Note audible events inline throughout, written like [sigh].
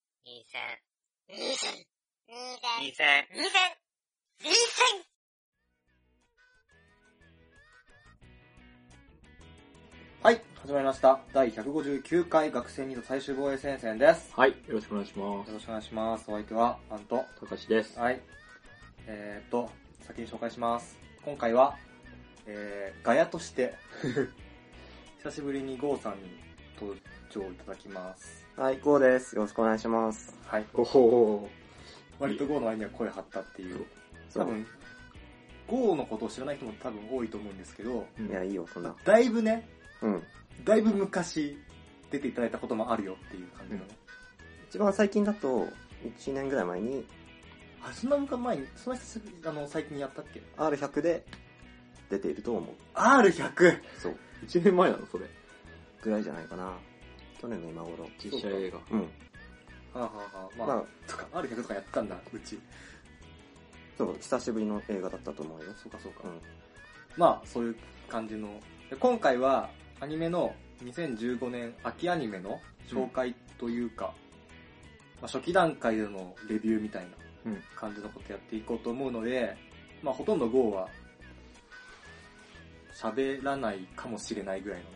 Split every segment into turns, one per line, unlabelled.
2000、2000、
2000。2000。2000。2000!
はい、始まりました。第159回学生ニート最終防衛戦線です。
はい、よろしくお願いしま
よ
す。
ろしくお願いします。お相手は、アンと。
たかしです。
はい。えーっと、先に紹介します。今回は、えー、ガヤとして、 [laughs] 久しぶりにゴーさんに登場いただきます。
はい、こうです。よろしくお願いします。
はい。
おほ
割とゴーの割には声張ったっていう。
そ
多
う。
分、ゴーのことを知らない人も多分多いと思うんですけど、
ー。
いや、いいよ、そんな。
だいぶね、
うん。
だいぶ昔出ていただいたこともあるよっていう感じのね。
一番最近だと、1年ぐらい前に、
あ、そんな昔前に、そんな久しぶりあの、最近やったっけ
R100 で出ていると思う。
?R100!
そう。
1年前なの、それ。
ぐらいじゃないかな。去年の今頃。
実写映画。
うん。
はあ、はあはあ、まあ、
まあ、
とか、R100 とかやったんだ、うち。
そう、久しぶりの映画だったと思うよ。
そうかそうか。
うん
まあ、そういう感じの。で今回は、アニメの2015年秋アニメの紹介というか、まあ、初期段階でのレビューみたいな
うん
感じのことやっていこうと思うので、まあ、ほとんど GO は喋らないかもしれないぐらいのね、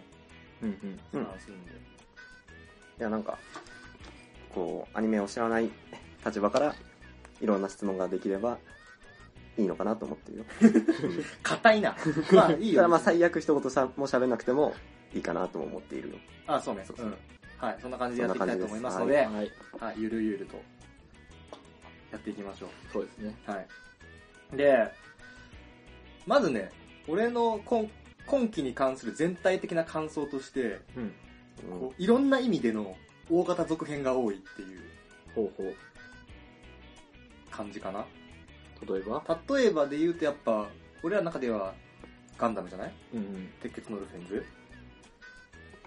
うんうん。
うん
スタンスなんで。
いや、なんか、こう、アニメを知らない [laughs] 立場から、いろんな質問ができれば、いいのかなと思ってるよ。
硬いな。 [laughs] まあ、いい
ただ
よ。
まあ、最悪一言さも喋んなくても、いいかなとも思っているよ。
あ、そうね、
そう
う。
そうん
はい、そんな感じでやっていきたいと思いますので、
そんな
はい。
はい、ゆるゆると、やっていきましょう。
そうですね。
はい。で、まずね、俺の今今期に関する全体的な感想として、
うん。
うん
こういろんな意味での大型続編が多いっていう
ほうほう。
感じかな。
例えば
例えばで言うとやっぱ、俺らの中ではガンダムじゃない
うんうん。
鉄血のルフェンズ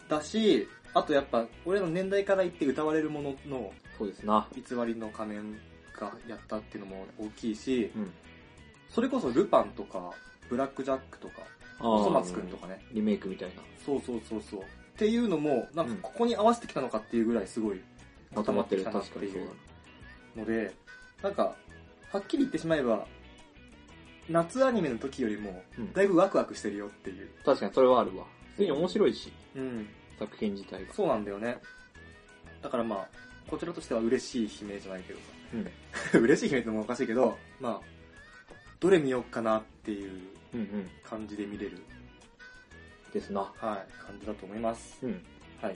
だし、あとやっぱ、俺らの年代から言って歌われるものの
そうですな。
偽りの仮面がやったっていうのも大きいし、
うん。
それこそルパンとか、ブラックジャックとか、
あ
おそ松くんとかね、
リメイクみたいな。
そうそうそうそう。っていうのも、なんかここに合わせてきたのかっていうぐらいすごい
まとまってる。
固ま
確
きたな
かに
ってい
そうだ
うので、なんか、はっきり言ってしまえば、夏アニメの時よりも、
うん
だいぶワクワクしてるよっていう。
確かにそれはあるわ。普通に面白いし、
うん。
作品自体が。
そうなんだよね。だからまあ、こちらとしては嬉しい悲鳴じゃないけど
うん。
さ。 [laughs] 嬉しい悲鳴ってのもおかしいけど、まあ、どれ見よっかなっていう
うんうん。
感じで見れる、
ですな。
はい、感じだと思います。
うん。い
はい。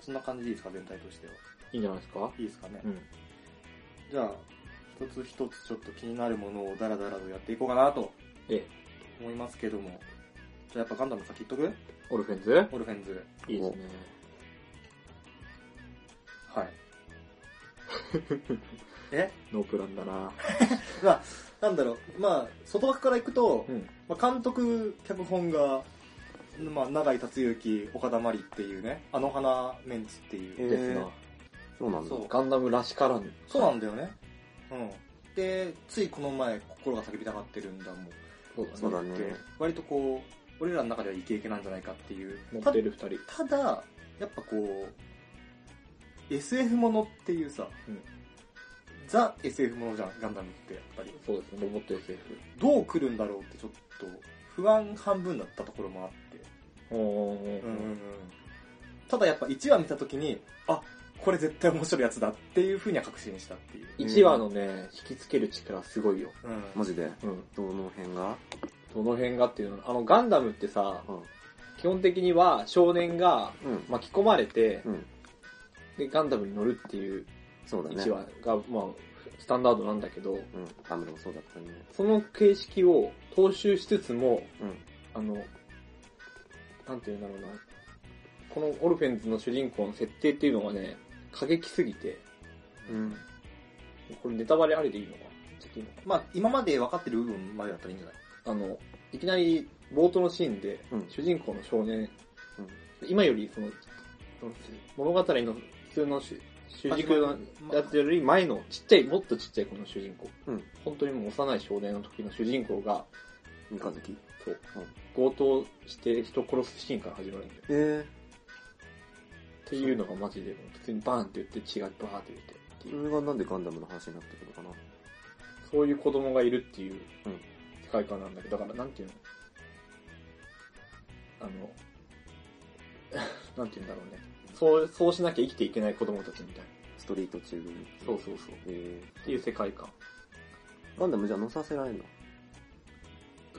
そんな感じでいいですか、全体としては。
いんじゃないですか
いいですかね。
うん。
じゃあ、一つ一つちょっと気になるものをダラダラとやっていこうかなと
え、
思いますけども。じゃあやっぱガンダム先言っと
オルフェンズ
くオルフェンズ。
いいですね。 [laughs]
はい。え
ノープランだな。
まあ、なんだろう。まあ、外枠から行くと、
うん。
まあ、監督、脚本が、まあ、長井達之、岡田真理っていうね、あの花メンツっていう。
え
ですな。
そうなんだ。
そう
ガンダムらしからぬ。
そうなんだよね。うん。で、ついこの前、心が叫びたがってるんだもん。
そうだね。
そうだね
って割とこう、俺らの中ではイケイケなんじゃないかっていう。
持ってる二
た
人。
だ、やっぱこう、SF ものっていうさ、
うん
ザ SF ものじゃん、ガンダムってやっぱり。
そうですね、ロボット SF。
どう来るんだろうってちょっと不安半分だったところもあって。
おー
うんうんうんただやっぱ1話見た時に、あ、これ絶対面白いやつだっていう風には確信したっていう。
1話のね、引きつける力すごいよ。
うん。
マジで。
うん。
どの辺が
どの辺がっていうのはあの、ガンダムってさ、
うん。
基本的には少年が
うん。
巻き込まれて、
うん。
で、ガンダムに乗るっていう
そうだね。
1話が、まあ、スタンダードなんだけど、
うん。アムロもそうだったね。
その形式を踏襲しつつも、
うん。
あの、なんていうんだろうな、このオルフェンズの主人公の設定っていうのがね、過激すぎて、
うん。
これネタバレありでいいのかちょっといいのか
まあ今まで分かってる部分までだったらいいんじゃない
あの、いきなり冒頭のシーンで、
うん
主人公の少年、今よりその、その物語の普通の主主軸のやつより前のちっちゃい、もっとちっちゃいこの主人公。
うん
本当にもう幼い少年の時の主人公が、
三日月。
そう、強盗して人殺すシーンから始まるんだよ。
え
っていうのがマジで、普通にバーンって言って血がバーンって出てって
そ
いう、
れがなんでガンダムの話になってくるのかな。
そういう子供がいるっていう
うん
世界観なんだけど、だからなんていうのあの、 [laughs] なんていうんだろうね。そう、そうしなきゃ生きていけない子供たちみたい
ストリート中に。
な。そうそうそう。
え
っていう世界観。
ー、ガンダムじゃ乗させられんの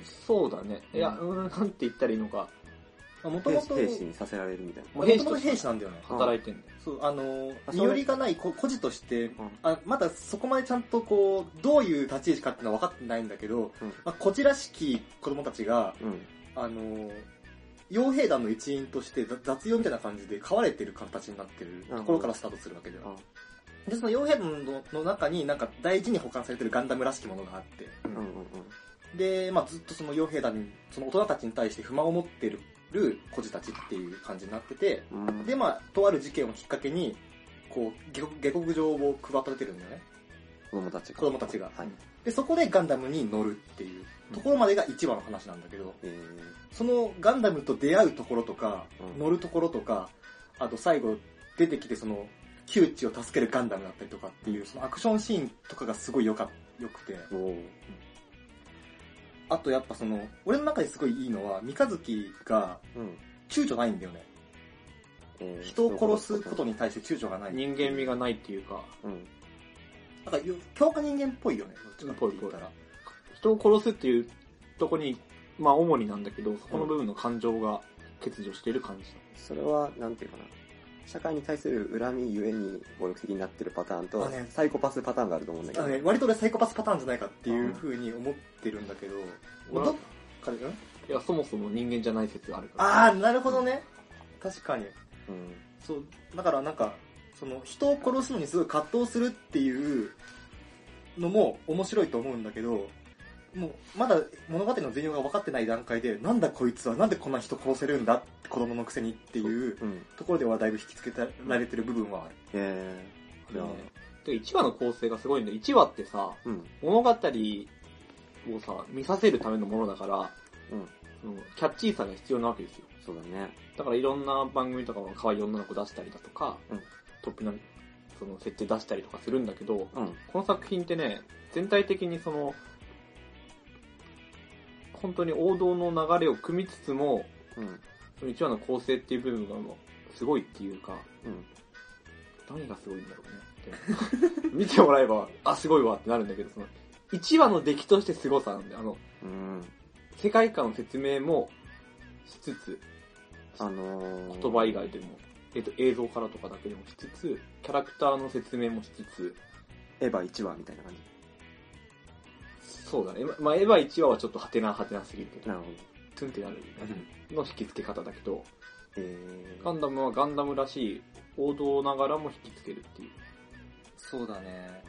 そうだね。いや、うん、なんて言ったらいいのか、
もと
兵
も
士
と、
兵士にさせられるみたいな。
もともと兵士なんだよね。
働いてんだよ。
そう、あの
あ、
身寄りがないこ孤児として
うん、
あまだそこまでちゃんとこう、どういう立ち位置かっていうのは分かってないんだけど、
うん
まあ、こちらしき子供たちが、
うん。
あの、傭兵団の一員としてざ雑用みたいな感じで飼われてる形になってる
ほど
ところからスタートするわけだよ。
あ、
で、その傭兵団のの中になんか大事に保管されてるガンダムらしきものがあって、
うんうんうん。
で、まあずっとその傭兵団に、その大人たちに対して不満を持ってる孤児たちっていう感じになってて、
うん
で、まあ、とある事件をきっかけに、こう、下克下克上を配られてるんだよね。
子供たちが。
子供たちが
はい。
で、そこでガンダムに乗るっていうところまでが一話の話なんだけど、
え
そのガンダムと出会うところとか、
うん
乗るところとか、あと最後出てきてその、窮地を助けるガンダムだったりとかっていう、そのアクションシーンとかがすごい良か、良くて、
ー、おー
あとやっぱその、俺の中ですごいいいのは、三日月が
うん。
躊躇ないんだよね。
えー
人を殺すこと。に対して躊躇がない。
人間味がないっていうか、
うん。
なんかよ、強化人間っぽいよね、どっちかって言ったら。
人を殺すっていうとこに、まあ主になんだけど、そこの部分の感情が欠如している感じ
それは、なんていうかな。社会に対する恨みゆえに暴力的になってるパターンと、
あね
サイコパスパターンがあると思うんだけ
あ
ど。
のね、割と俺サイコパスパターンじゃないかっていう風に思ってるんだけど、
うん
どっかで、ん
いや、そもそも人間じゃない説あるから。
あー、なるほどね。確かに。
うん。
そう、だからなんか、その人を殺すのにすごい葛藤するっていうのも面白いと思うんだけど、もう、まだ物語の全容が分かってない段階で、なんだこいつは、なんでこんな人殺せるんだって子供のくせにっていう
うん。
ところではだいぶ引きつけられてる部分はある。
えー、
で
じゃあ、
1話の構成がすごいんだよ。1話ってさ、
うん。
物語をさ、見させるためのものだから、
うん。
そのキャッチーさが必要なわけですよ。
そうだね。
だからいろんな番組とかも可愛い女の子出したりだとか、
うん
トップなその設定出したりとかするんだけど、
うん。
この作品ってね、全体的にその、本当に王道の流れを組みつつも、
うん。
その1話の構成っていう部分がもうすごいっていうか、
うん。
何がすごいんだろうねって。見 [laughs] てもらえば、あ、すごいわってなるんだけど、その、1話の出来として凄さなんで、あの、
うん。
世界観の説明もしつつ、
あのー、
言葉以外でも、えっと、映像からとかだけでもしつつ、キャラクターの説明もしつつ、
エヴァ1話みたいな感
そうだね。ままあ、エヴァ1話はちょっとハテナハテナすぎるけ
じ。
ど、
なるほど。
トゥンってなるの引き付け方だけど、
え
ガンダムはガンダムらしい王道ながらも引き付けるっていう。
そうだね。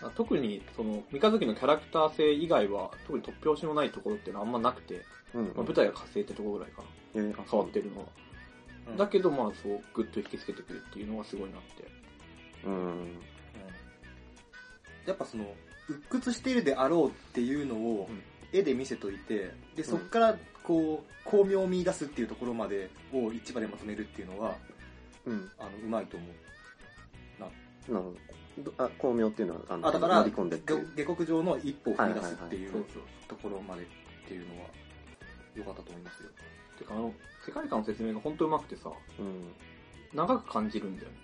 あ特に、その、三日月のキャラクター性以外は、特に突拍子のないところっていうのはあんまなくて、
ー、うん。
まあ、舞台が活性ってところぐらいかな。
えーあ
変わってるのは。
うん
だけど、まあ、そう、ぐっと引き付けてくるっていうのがすごいなって。
うん。
やっぱその、鬱屈しているであろうっていうのを
うん
絵で見せといて、で、そっからこう、巧妙を見出すっていうところまでを一場でまとめるっていうのは、
うん。
あの、うまいと思う。
なるほど。どあ、巧妙っていうのは、あの、
あ、だから、
乗り込んでっていう。
下克上の一歩を踏み出すってい
そう
う
そう。
ところまでっていうのは、良かったと思いますよ。
てか、あの、世界観の説明が本当うまくてさ、
うん。
長く感じるんだよね。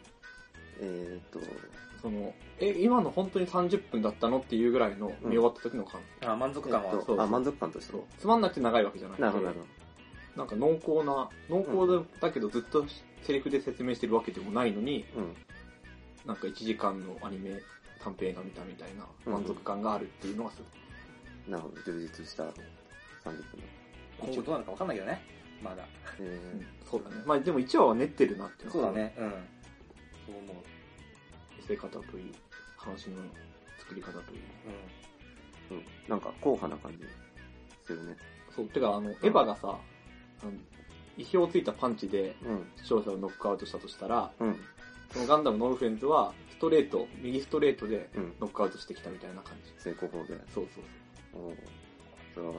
えー、っと、
その、え、今の本当に30分だったのっていうぐらいの見終わった時の感
あ、満足感は
えーっ、と
そう
あ、満足感として
想、。つまんなくて長いわけじゃなくて、
なるほど、なるほ
なんか濃厚な、濃厚だけどずっとセリフで説明してるわけでもないのに、
ど。うん。
なんか1時間のアニメ短編映画見たみたいな満足感があるっていうのがす
なるほど。充実した30分だ。
今後どうなるかわかんないけどね。まだ。
え
ごい、そ
ー
うだね。まあでも1話は練ってるなっていのが
そうだ。ね。うん。そう思う。
見せ方といい、話の作り方といい。
うん。
うん。なんか、硬派な感じするね。
そう、てかあの、エヴァがさ、あの意表をついたパンチで
うん。
視聴者をノックアウトしたとしたら、
うん。
そのガンダムノルフェンズは、ストレート、右ストレートで
うん。
ノックアウトしてきたみたいな感じ。
成功法で。
そうそうそう。
おーそれは、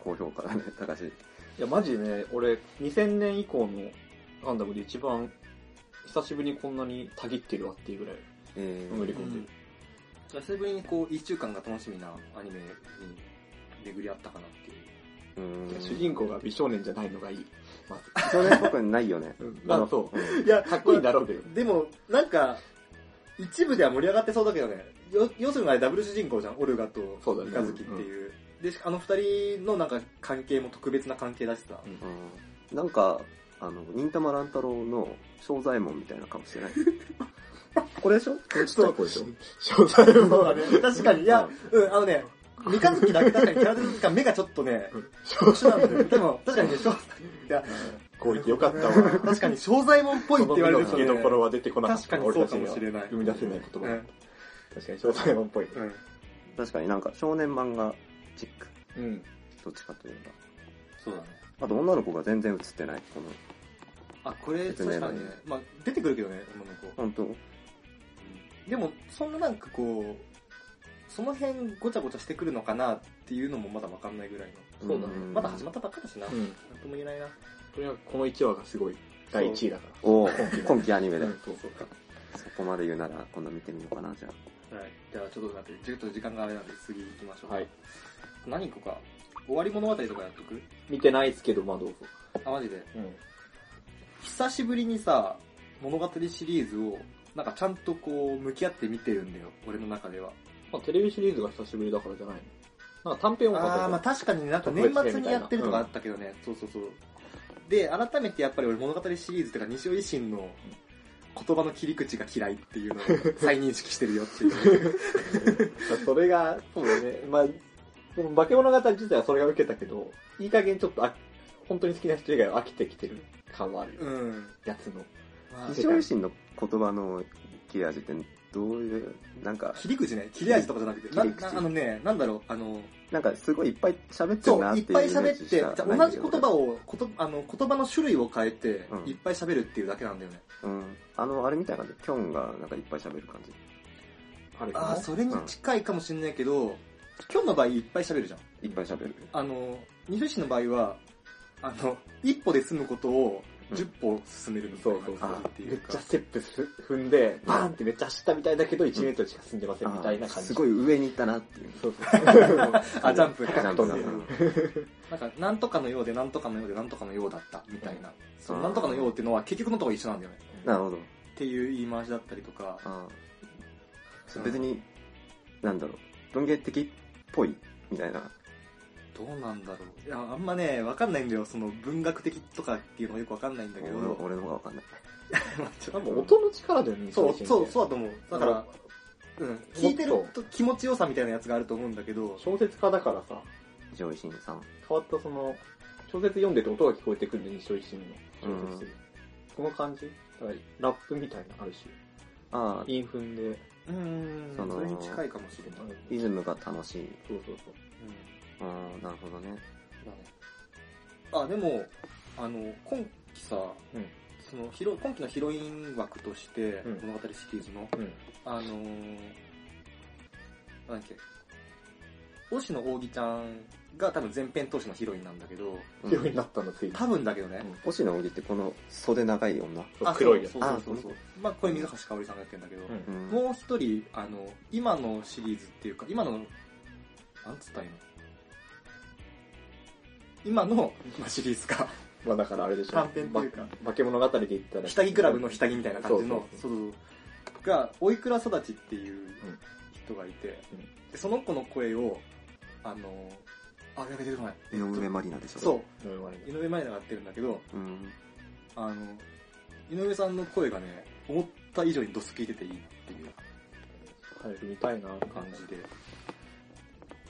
高評価だね、高橋。
いや、マジでね、俺、2000年以降のガンダムで一番久しぶりにこんなにたぎってるわっていうぐらい
え
のめり
ー、
込んでる。
久しぶりにこう、一週間が楽しみなアニメに巡り合ったかなっていう。
うーん
主人公が美少年じゃないのがいい。まず。。
少年っぽくないよね。
うんまあそう
いや
う。かっこいいんだろうけど。
でも、なんか、一部では盛り上がってそうだけどね。よ要するにあれダブル主人公じゃん。オルガと
そうだね
三日月っていう。で、あの二人のなんか関係も特別な関係だしさ。
うんなんか、あの、忍たま乱太郎の正左衛門みたいなかもし
[laughs]
れない。これでしょちっちゃい子でしょ
詳細
そう
は
だね。 [laughs] 確かに。いや、うん、あのね、三日月だけ確かにキャラ的に目がちょっとね、特殊なんだよ。でも、確か [laughs] にね、正いや、
攻撃よかったわ。
確かに、正左衛門っぽいって言われる
そ
と
の
ね、
ところは出てこなかった。
確かにそうかもしれない
俺たちには生み出せない言
う
葉
ん。。
確かに詳細マンっぽい。
うん。
確かになんか少年漫画チック。
うん。
どっちかといえば。
そうだね。
あと女の子が全然映ってない。この、
あ、これ、
説明
確
欄
か
に
にね、まあ出てくるけどね、女の子。
本当
でも、そんななんかこう、その辺ごちゃごちゃしてくるのかなっていうのもまだわかんないぐらいの。
そうだね
まだ始まったばっかだしな。
う
なん
ん。
とも言えないな。
とにかくこの1話がすごい第1位だか
おお今期アニメ
ら。
で、
うんそうそう
そこまで言うなら、今度見てみようかな、じゃあ。
はい。じゃあちょっと待って、ちょっと時間があれなんで次行きましょう。
はい。。
何個か、終わり物語とかやっとく
見てないですけど、まあどうぞ。
あ、マジで。
うん。
久しぶりにさ、物語シリーズを、なんかちゃんとこう、向き合って見てるんだよ。俺の中では。
まあテレビシリーズが久しぶりだからじゃないのなんか短編多かった
ああ、
け
まあ
ど
確かになんか年末にやってるとかあったけどね。そうそうそう。で、改めてやっぱり俺物語シリーズとか西尾維新の言葉の切り口が嫌いって [laughs] いうのを再認識してるよっていう。
それが、そうだよね。まあ、その化け物語自体はそれが受けたけど、いい加減ちょっとあ、本当に好きな人以外は飽きてきてる感はあるよ。
うん。
やつの。
まあ
西尾維新の言葉の切れ味って、どういう、なんか、
切り口ね。切れ味とかじゃなくて。な
切り口
なあのね、なんだろう、あの、
なんかすごいいっぱい喋って
そ
るなっ
う、
て
い
い
っ
う
ぱい喋って、
イ
じゃ
メージしか
あ
ない
同
んだけ
じ
ど
言葉を、ことあの言葉の種類を変えて
う、ん
いっぱい喋るっていうだけなんだよね。
うん。あの、あれみたいな感じ。キョンがなんかいっぱい喋る感じ。
あるよね
ああ、それに近いかもしれないけど、今日の場合いっぱい喋るじゃん。
いっぱい喋る。
あの、二種子の場合は、あの、一歩で済むことを十歩進めるみたいな感じって
め
い
っ
うか
ちゃ。ステップす踏んで、バーンってめっちゃ走ったみたいだけど、1メートルしか進んでませんみたいな
あー
感じ。
すごい上に行ったなっていう。
そうそう。
[laughs] あ、ジャンプ。
ジャンプだな
なんか、なんとかのようで、なんとかのようで、なんとかのようだった、みたいな。そうの
ん
なんとかのようっていうのは結局のところ一緒なんだよね。
なるほど。
っていう言い回しだったりとか。
あーそう別に、なんだろう。文芸的っぽいみたいな。
どうなんだろう。いや、あんまね、わかんないんだよ。その文学的とかっていうのがよくわかんないんだけ
俺
ど。
の俺の方がわかんない。
ち
多
ょっと
分音の力だよね、
そう、
西
そ
尾維新っ
う、
て
そうだと思う。だから、うん。聞いてると気持ちよさみたいなやつがあると思うんだけど。
小説家だからさ、
上位新さん。
変わったその、小説読んでて音が聞こえてくるんで、西尾維新の小説。
う
この感じだからラップみたいな、ある種。
ああ、
韻踏んで、
うーん。
その
それに近いかもしれない。
リズムが楽しい。
そうそうそう。
うん
うん、なるほどね。
だね。あ、でも、あの、今期さ、
うん
そのヒロ、今期のヒロイン枠として、
うん
物語シリーズの、
うん。
あのー、なんだっけ、星野扇ちゃんが多分前編投資のヒロインなんだけど、
うん
ヒロインになったんだ、ついに。
多分だけどね。
うん
星野小木ってこの袖長い女。
そう
あ
黒いやつ。
そうそうそうそう
あそう
まあ、これ水橋かおりさんがやってんだけど、
うん
うん
もう一人、あの、今のシリーズっていうか、今の、なんつったらいいの今の、まあ、シリーズか。
[laughs] まあだからあれでしょ。
短編っていうか
ば化け物語で言ったら。
下着クラブの下着みたいな感じの、
そう
そうそうが、おいくら育ちっていう
うん
人がいて、
うん
でその子の声を、あの、あ、やべ、出てこない。
井上まりなでしょ。
そ
そうそう
う、井上まりながやってるんだけど、
う。うん。
あの、井上さんの声がね、思った以上にドス聞いてていいっていう
早く見たいな、
感
感じ
じ。で、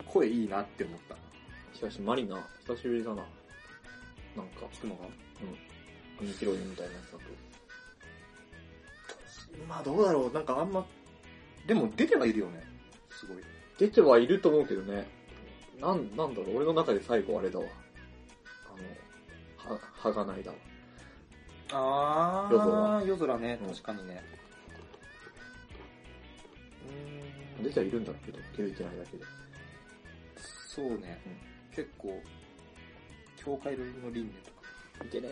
声いいなって思った。
しかし、マリナ、久しぶりだな。なんか、
聞くのが。
ミニヒロインみたいなやつだと。
まあどうだろう、なんかあんま、でも出てはいるよね。すごい。
出てはいると思うけどね。なん、なんだろう、俺の中で最後あれだわ。あの、は、はがないだわ。
あー、
夜空
夜空ね、
うん
確かにね。うーん
出てはいるんだけど、気づいてないだけで。
そうね、結構、教会の輪廻とか。
[laughs] 見てね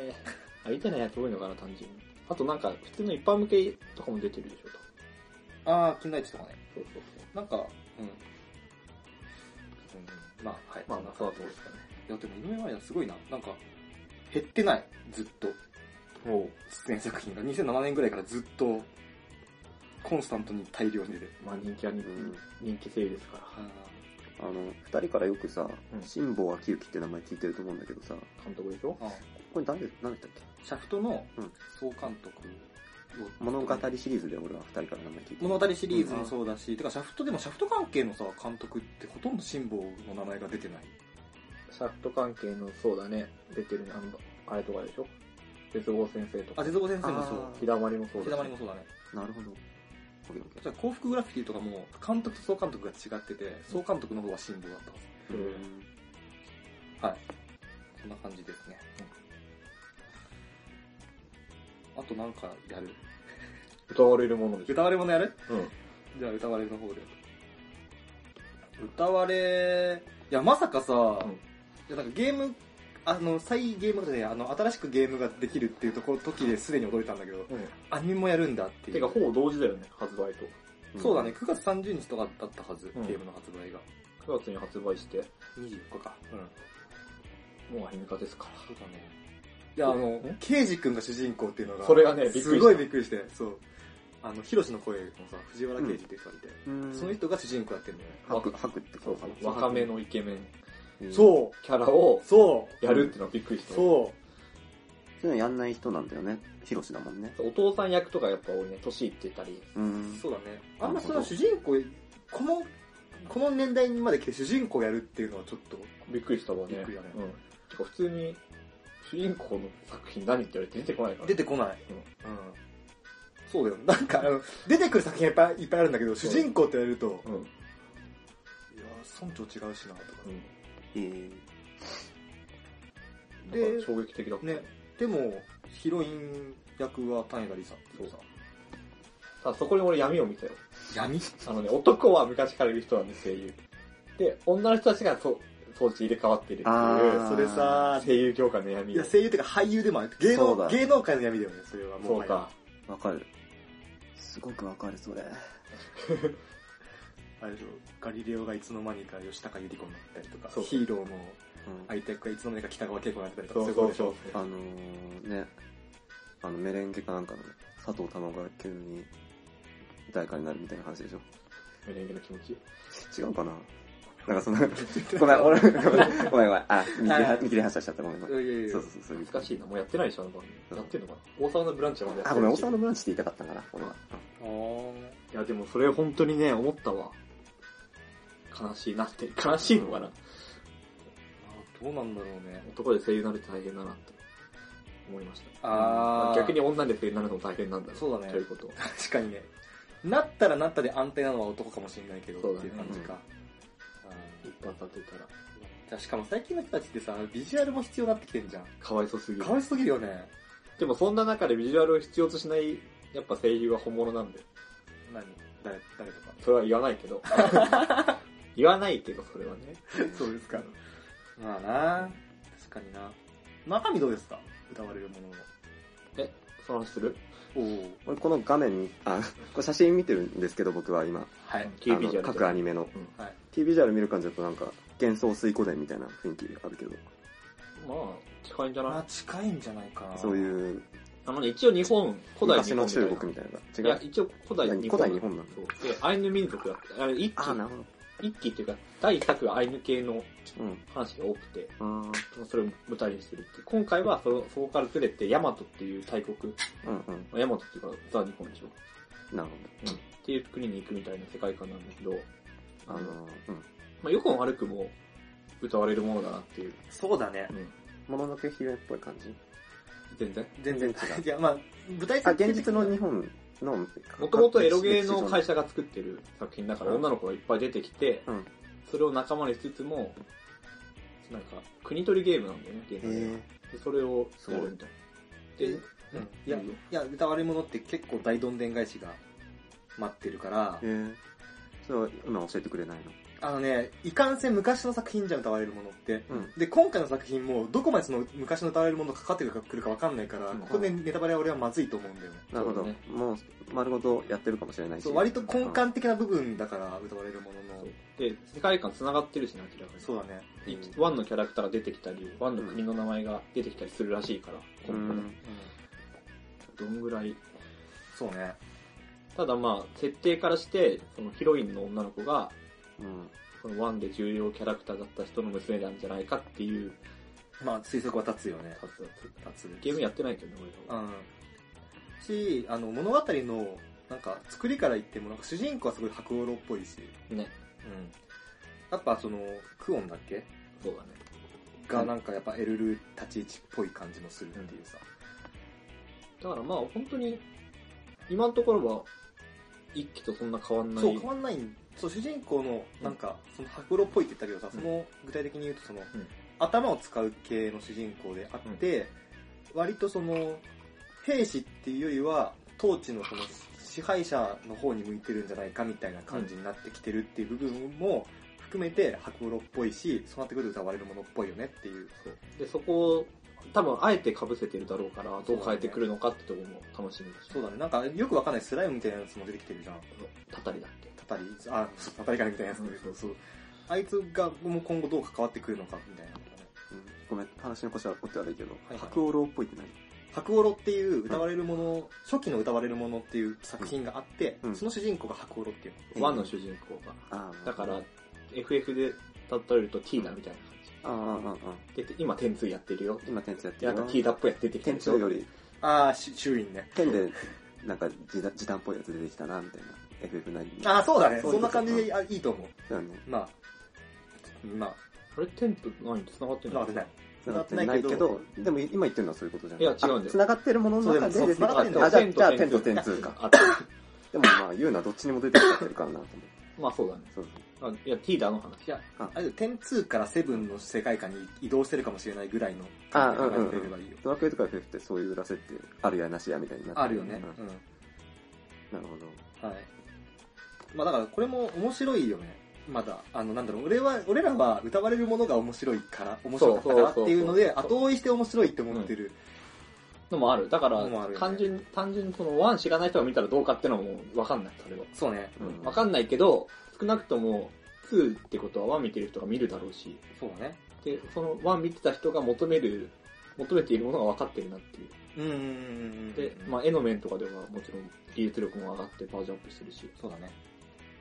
ー。あ、見てないやつ多いのかな、単純に。あとなんか、普通の一般向けとかも出てるでしょ、と。
ああ、金田一とかね。
そうそうそう。
なんか、うん。まあ、はい。
まあ、
なんか
そうだと思うんですかね。
いや、でも井上真理奈すごいな。なんか、減ってない。ずっと。
も
出演作品が。2007年ぐらいからずっと、コンスタントに大量に出てる。
う、まあ人気は人気、
うん
人気声優ですから。
あの、二人からよくさ
う、ん
辛坊昭之って名前聞いてると思うんだけどさ、こ
監督でしょ
あーあ
こに誰、何だったっけ
ーシャフトの
うん
総監督を
物語シリーズで俺は二人から名前聞いてる。
物語シリーズもそうだし、てかシャフトでもシャフト関係のさ、監督ってほとんど辛抱の名前が出てない。
シャフト関係の、そうだね、出てる、あの、あれとかでしょ絶望先生と
あ、
か。
絶望先生もそう。
ひだまりもそうだ
ひだまりもそうだね。
なるほど。オッケーオッケ
じゃあ幸福グラフィティとかも、監督と総監督が違ってて、総監督の方が辛抱だったは
ー
うん
うん
ず。はい。そんな感じですね。あとなんかやる
歌われるものでしょ
歌われものやる
うん。
じゃあ歌われの方で。歌われ、いやまさかさ、
ん
いやなんかゲーム、あの、再ゲームで、あの、新しくゲームができるっていうところ、時ですでに驚いたんだけど、
うん。
アニメもやるんだっていう。
てか、ほぼ同時だよね、発売と。
そうだね、9月30日とかだったはず、
うん
ゲームの発売が。
9月に発売して、
24日か。うん。
もうアニメ化ですから。
そうだね。いや、あの
え、
ケイジ君が主人公っていうのが、
それがねびっくりした
すごいびっくりして、そう。あの、ヒロシの声のさ、藤原刑事っていう人がいて、
うん。
その人が主人公やってるんだよね。
ハク、ハクって
そうそう。若めのイケメン
うん
そ
キャラを
うそう
やるってのはびっくりした。
そう
そういうのやんない人なんだよね。ヒロシだもんね。
お父さん役とかやっぱ多いね、年いってたり。
うん。
そうだね。あんまそ
な
の
るほ
主人公、この、この年代にまで来て主人公やるっていうのはちょっと、
びっくりしたわね。
びっくりだね
うん。てか普通に、主人公の作品何って言われて出てこないから。
出てこない。うん。そうだよ。なんか、あの、出てくる作品はいっぱいいっぱいあるんだけど、主人公って言われると、
うん。うん。
いやー、村長違うしな、とか。
えー
で、
で
衝撃的だった。
ね。でも、ヒロイン役は谷田理沙っていうさ。
ただそこに俺闇を見たよ。
闇
あのね、男は昔からいる人なんで声優。で、女の人たちがそ装置入れ替わってるってい
あ
う、
ー
それさ、
声優業界の闇
いや、声優っていうか俳優でもある。芸
そう
能、
だ
芸能界の闇だよね、それはも。
そううか。。
わかる。すごくわかる、それ。
あれでしょ、ガリレオがいつの間にか吉高由里子になったりとか
そ、う
ヒーローも
うん
相手役がいつの間にか北川景子になってたりとか、
そう
いこと
そう
でしょ
そう。
あのー、ね、あのメレンゲかなんかの佐藤太郎が急に誰かになるみたいな話でしょ
メレンゲの気持ち。
違うかななんかそんな、ごめん、俺、ごめん、ごめん、ごめん。あ、見切りは、見切り発車しちゃった、ごめん、ご
[laughs]
めん。
いやいやいや
そうそうそう。
難しいな、もうやってないでしょ、あの番組。
ん
やってんのかな大沢のブランチまでやって
あ、
るし
ごめん、王様のブランチって言いたかったんかな、俺は。
いや、でもそれ本当にね、思ったわ。悲しいなって。悲しいのかな
あーどうなんだろうね。
男で声優になるって大変だなって思いました。
あー
逆に女で声優になるのも大変なんだろ
そうだね
ということ。
確かにね。なったらなったで安定なのは男かもしれないけど、
そうだ
っ
ね
ていう感じか。うん
一般立てたら、
じゃあしかも最近の人たちってさ、ビジュアルも必要になってきてんじゃん。
かわいそうすぎる
か。わいすぎるよね。
でもそんな中でビジュアルを必要としない、やっぱ声優は本物なんで。
何誰、誰とか。
それは言わない
[laughs]
けど。言わないけど、それはね。
そうですか。まあな確かにな。中身どうですか歌われるものの。
え、その話する
おお。
俺、この画面に、あ、これ写真見てるんですけど、僕は今。
はい。
キービジュ
あ
ア
の
ル
各アニメの。
はい。
キービジュアル見る感じだとなんか、幻想水湖伝みたいな雰囲気あるけど、
まあ、近いんじゃ
まあ
な
近いんじゃないかな。
そういう、
いあのね、一応日本、古代日
昔
本
の
みたいない
中国みたいな。違
や、
う。
一応古代日本。
古代日本なんだ
そう。で、アイヌ民族だって、あれ一
あ、な
期、
るほど。
一期っていうか、第一作がアイヌ系の
うん。
話が多くて、
あー
それを舞台にするっていう。今回はその、そこからずれて、ヤマトっていう大国、
うんうん。
ヤマトっていうか、ザ・日本でしょ。
なる
うん。っていう国に行くみたいな世界観なんだけど、あ
ほど。
の
あ、の、うん。
まあ、よくも悪くも、歌われるものだなっていう。
そうだね
う。ん。
もののけ姫っぽい感じ。
全然。
全然違
全然違
う。いや、まあ舞台
あ、
設定
現
的
実
に
の日本の、
もともとエロゲーの会
社。
社が作ってる作品だから、女の子がいっぱい出てきて、
うん
それを仲間にしつつも、なんか、国取りゲームなんだよね、ゲームでは
え
でそれをやるみたいな。で、
うん
うん
いや、
いいよ
いや、歌われ物って結構大どんでん返しが待ってるから
ー、えー。それは今教えてくれないの
ああのね、いかんせん昔の作品じゃん歌われるものって。
うん
で、今回の作品も、どこまでその昔の歌われるものがかかってくるかわかんないから、
うん
ここでネタバレは俺はまずいと思うんだよね。
なるほど、
そうね
もう丸ごとやってるかもしれないし
そう割と根幹的な部分だから、歌われるものの。
で、世界観繋がってるしね、明らかに。
そうだね。
いワンのキャラクターが出てきたり、ワンの国の名前が出てきたりするらしいから、
う
今後ね
ん
どんぐらい。
そうね。
ただまあ、設定からして、そのヒロインの女の子が、
うん
そのワンで重要キャラクターだった人の娘なんじゃないかっていう
まあ、推測は立つよね。
パスだった。
立つ。
ゲームやってないけどね、俺
う
は。
ん。し、あの、物語の、なんか、作りから言っても、なんか主人公はすごい白狼っぽいし、
ね、
うん。やっぱその、クオンだっけ
そうだね。
がなんかやっぱエルル立ち位置っぽい感じもするっていうさ。
だからまあ、本当に、今のところは、一期とそんな変わんない。
そう、変わんないんそう、主人公の、なんか、その白狼っぽいって言ったけどさ、その、具体的に言うとその、
ん
頭を使う系の主人公であって、割とその、兵士っていうよりは、統治のその、支配者の方に向いてるんじゃないかみたいな感じになってきてるっていう部分も含めて白狼っぽいし、そうなってくると割れるものっぽいよねっていう。
そうで、そこを、多分、あえて被せてるだろうから、どう変えてくるのかってところも楽しみだし。
そうだね、なんかよくわかんないスライムみたいなやつも出てきてるじゃん。
たたりだっけ
たたり、あ、そうたたりかねみたいなやつもいるけど、そう。あいつがもう今後どう関わってくるのかみたいなのがね。
うんごめん話の腰は折って悪いけど、
はい
白オロっぽいって何
白オロっていう歌われるもの、初期の歌われるものっていう作品があって、
うん
その主人公が白オロっていうの。
ワンの主人公が。
ああ
だから、FF で例えるとティーダみたいな感
ああああああ
じ。で、今、天通やってるよ。
今店長やって
で、あ
る
と
よ
ティーダっぽいやつ出てきた
店
でし
長
ょ。
より
ああ、し主員ね。
剣でなんか時短時短っぽいやつ出てきたなみたいな FF なりに
ああ、そうだね。
そ
そ
うそ
ん
う
な感じであいいと思う。
そうだね
まあ、まあ、
あれ、天と何繋がって
つ
る
ながっ
の
てない。。
繋がってないけど、でも今言ってるのはそういうことじゃん。
いや違うんだよ
あ繋がってるものの中
そう
で
で
出
もそう繋
てき
がってんの
た。あ、じゃあ、じゃあ、
テン
天
ト
と
テン
天通か。
あった
でもまあ、言うのはどっちにも出てきちゃってるからなと思って。
まあそうだね。
そう
あいや、ティーダの話。
いや、あ
あ
れだよ、102から7の世界観に移動してるかもしれないぐらいの
あ
考えてくれればいいよ。
ドラクエとか FF ってそういう裏設定、あるやなしやみたいになって
あるよね。
うん
うん
なるほど。
はい。まあだからこれも面白いよね。まだ、あの、なんだろう、俺は、俺らは歌われるものが面白いから、面白かったからっていうので、
そうそうそうそう
後追いして面白いって思ってる。
のもある。だから、
のもあるよね
単純に、単純にその、ワン知らない人が見たらどうかってのはもう、わかんない、それは。
そうね。
うん
わかんないけど、少なくとも、2ってことは1見てる人が見るだろうし、
そうだね。
で、その1見てた人が求める、求めているものが分かってるなって
う
いう。
んうんうんうん。
で、まあ、絵の面とかではもちろん技術力も上がってバージョンアップしてるし、
そうだね。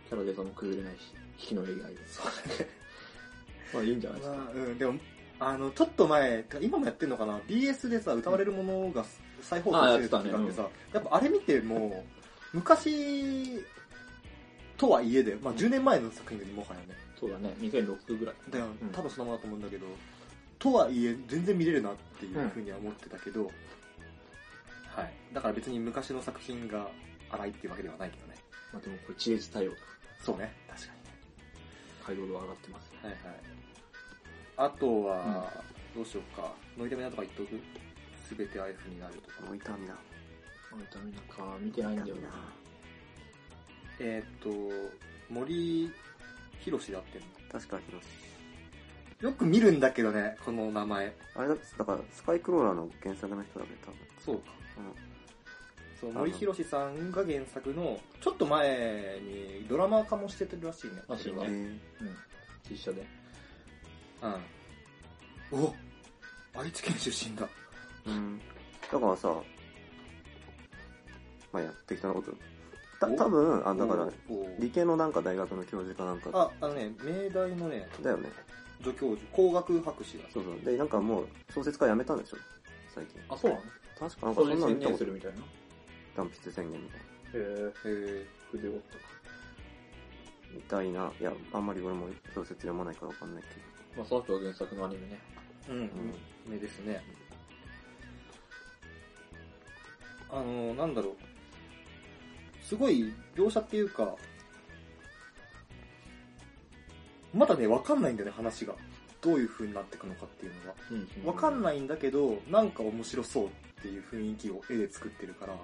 キャラデザも崩れないし、引きの以外で。
そうだね。
[laughs] まあいいんじゃないですか。
まあ、うん、でも、あの、ちょっと前、てか今もやってんのかな、BS でさ、歌われるものが再放送してる時があってさ、やっぱあれ見ても、昔とはいえだよ。まあ10年前の作品でもはやね。
そうだね、2006ぐらい。
だよ、
うん
多分そのままだと思うんだけど、とはいえ、全然見れるなっていうふうには思ってたけど、はい。だから別に昔の作品が荒いっていうわけではないけどね。
まあでもこれ、地デジ対応とか、
そうね、確かにね。
解像度上がってますね。
はいはい。あとは、どうしようか。ノイタミナとか言っとくすべて IF になるとか。
モイターミナー。
あのためなんか、見てないんだよな。
えーっと、森博士だってんの
確か、広瀬。
よく見るんだけどね、この名前。
あれだって、だから、スカイクローラーの原作の人だけど、多分。
そうか。
うん
そう、森博士さんが原作の、ちょっと前にドラマ化もしててるらしいね。
らしいね
これは
え
うん。実写で。
うん。お愛知県出身だ。
ーうん。だからさ、まあや、適当なこと。た、
お
多分あ、だから、
おお
理系のなんか大学の教授かなんか、
あ、あのね、明大のね、
だよね。
助教授、工学博士だ。
そうそう。で、なんかもう、小説家辞めたんでしょ最近。
あ、そうなの
確かなんか
そ
そ
れ
ん
に
なの
専
見た
念
こ
す
と
るみたいな。
断筆宣言みたいな。
へえ、
へえ
筆折ったか。
みたいな。いや、あんまり俺も小説読まないからわかんないけ
まあ、その人は原作のアニメね。
うん、うん、ねですね。あの、なんだろう。すごい、描写っていうか、まだね、わかんないんだよね、話が。どういう風になってくのかっていうのは。
うん。
わかんないんだけど、なんか面白そうっていう雰囲気を絵で作ってるから、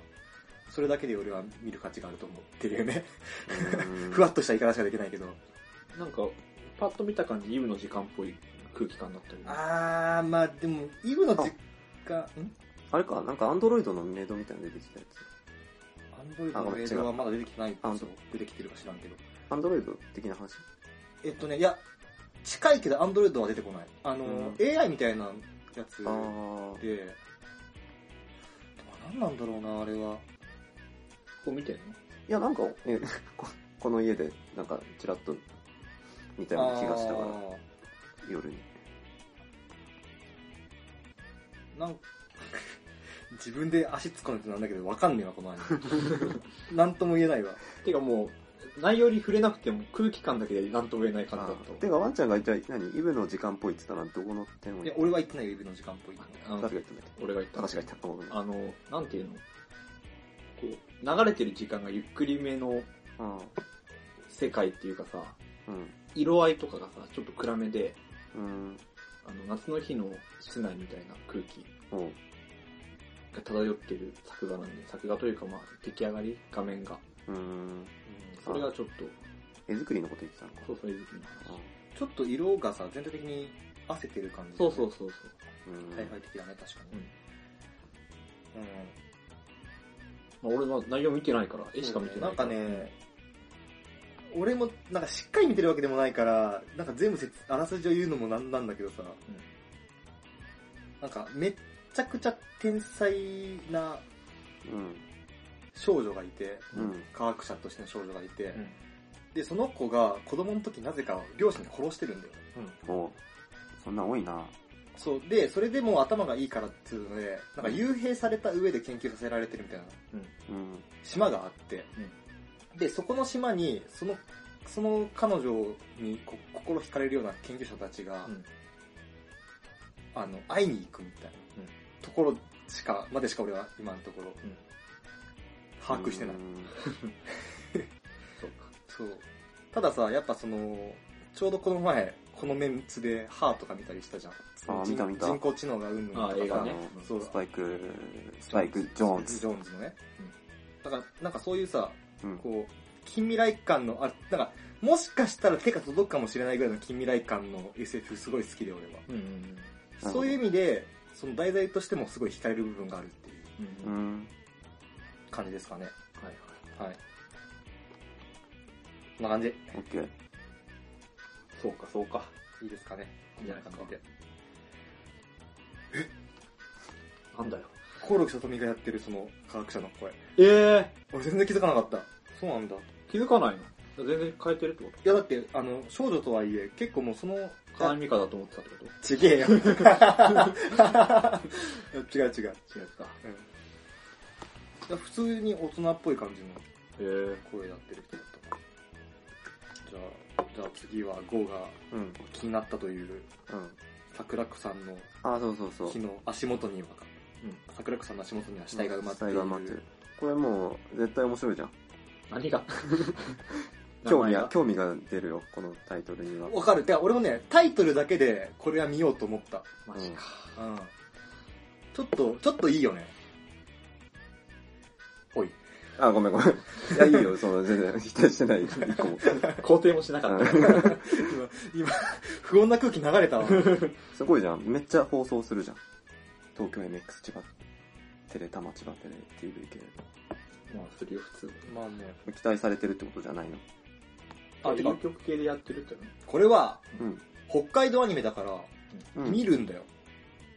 それだけで俺は見る価値があると思うっていうね。
[laughs]
ど。うーん
ふわっとした言い方しかできないけど。
なんか、パッと見た感じ、イブの時間っぽい空気感だったり、
あー、まあでも、イブの実家、ん
あれか、なんかアンドロイドのメイドみたいなの出てきたやつ。
アンドロイドの映像はまだ出てきてないんですよ。出てきてるか知らんけど。
アンドロイド的な話
えっとね、いや、近いけどアンドロイドは出てこない。あの、AI みたいなやつ
あー。
で、でも何なんだろうな、あれは。
こう見てんの
いや、なんか、えここの家で、なんか、ちらっと見たような気がしたか
あ
ら、夜に。
ーなん [laughs] 自分で足突っ込んでてなんだけど、わかんねえわ、このアニ
[laughs]
メ。なんとも言えないわ。
てかもう、内容に触れなくても空気感だけでなんとも言えない感じだった
てか、ワンちゃんが一体、何イブの時間っぽいって言ったのはどこの点を
いや、俺は言ってないよ、イブの時間っぽいって。
あの
誰が言ったんだっけ
俺が言った
高橋が言ったと思う
あの、なんていうのこう、流れてる時間がゆっくりめの
あ
世界っていうかさ、
ーうん。
色合いとかがさ、ちょっと暗めで、
うん。
あの、夏の日の室内みたいな空気
おう
が漂ってる作画なんで、作画というかまあ、出来上がり画面が。
うん。
それがちょっと、
絵作りのこと言ってたのか。
そうそう、絵作りの話。
ちょっと色がさ、全体的に汗てる感じ、
そうそう。そうそう。
うん。
はいはい的だね、確かに。うん。
まあ、俺は内容見てないから、絵しか見てない
んかね、俺も、なんかしっかり見てるわけでもないから、なんか全部説あらすじを言うのもなんなんだけどさ、なんかめっちゃくちゃ天才な
うん。
少女がいて、
うん。
科学者としての少女がいて、
うん。
で、その子が子供の時なぜか両親に殺してるんだよ。
おうそんな多いな。
そう、で、それでもう頭がいいからっつうので、なんか幽閉された上で研究させられてるみたいな
うん。
島があって、で、そこの島に、その、その彼女にこ心惹かれるような研究者たちが、
うん
あの、会いに行くみたいな、
うん
ところしか、までしか俺は今のところ、
うん
把握してない。
うん
そうか。
そう。たださ、やっぱその、ちょうどこの前、このメンツでハーとか見たりしたじゃん。
あー
人
見た見た
人工知能がうんぬんと
あ
か
あ、
さ
映画ね。
そう
スパイク、スパイク、ジョーンズ。
ジョーンズのね。だから、なんかそういうさ、
うん。
こう、近未来感の、あ、なんか、もしかしたら手が届くかもしれないぐらいの近未来感の SF すごい好きで俺は。
うんうん
ほど
そういう意味で、その題材としてもすごい惹かれる部分があるっていう
うん。う。
うんん。
感じですかね。
はいはい。
はい。こんな感じ。
オッケー。
そうか、そうか。
いいですかね。こんな感じで。
なんだよ。
コオロギさとみがやってるその科学者の声。
ええ
俺全然気づかなかった。そうなんだ。い
気づかないの全然変えてるってこと
やだって、あの、少女とはいえ、結構もうその、
川井美香だと思ってたってこ
ちげえ [laughs] よ。違う違う。
と違った。
うんいや、普通に大人っぽい感じの
ええー。
声やってる人だったなじゃあ、じゃあ次はゴーが
うん。
気になったという
うん。
桜子さんの
あ、そうそうそう
木。の足元には、
うん
桜子さんの足元には死体が埋まってい
死体
る。
が埋まってる。これもう、絶対面白いじゃん。
何が
興味が、興味が出るよ、このタイトルには。
わかる。てか俺もね、タイトルだけでこれは見ようと思った。
マジか。
うん。ちょっと、ちょっといいよね。おい。
あ、ごめんごめん。いや、いいよ、その、全然、否定してない、一個も。
肯定もしなかった。
今、今、不穏な空気流れたわ。
[laughs] すごいじゃん。めっちゃ放送するじゃん。東京 MX 千葉、テレタマ千葉テレ TV 系。
まあ、するよ、普通。
[laughs] まあね。
期待されてるってことじゃないの。
あ、
あ、
て
て
か
か、曲系でやってるってね。
これは、
うん。
北海道アニメだから、
うん。
見るんだよ、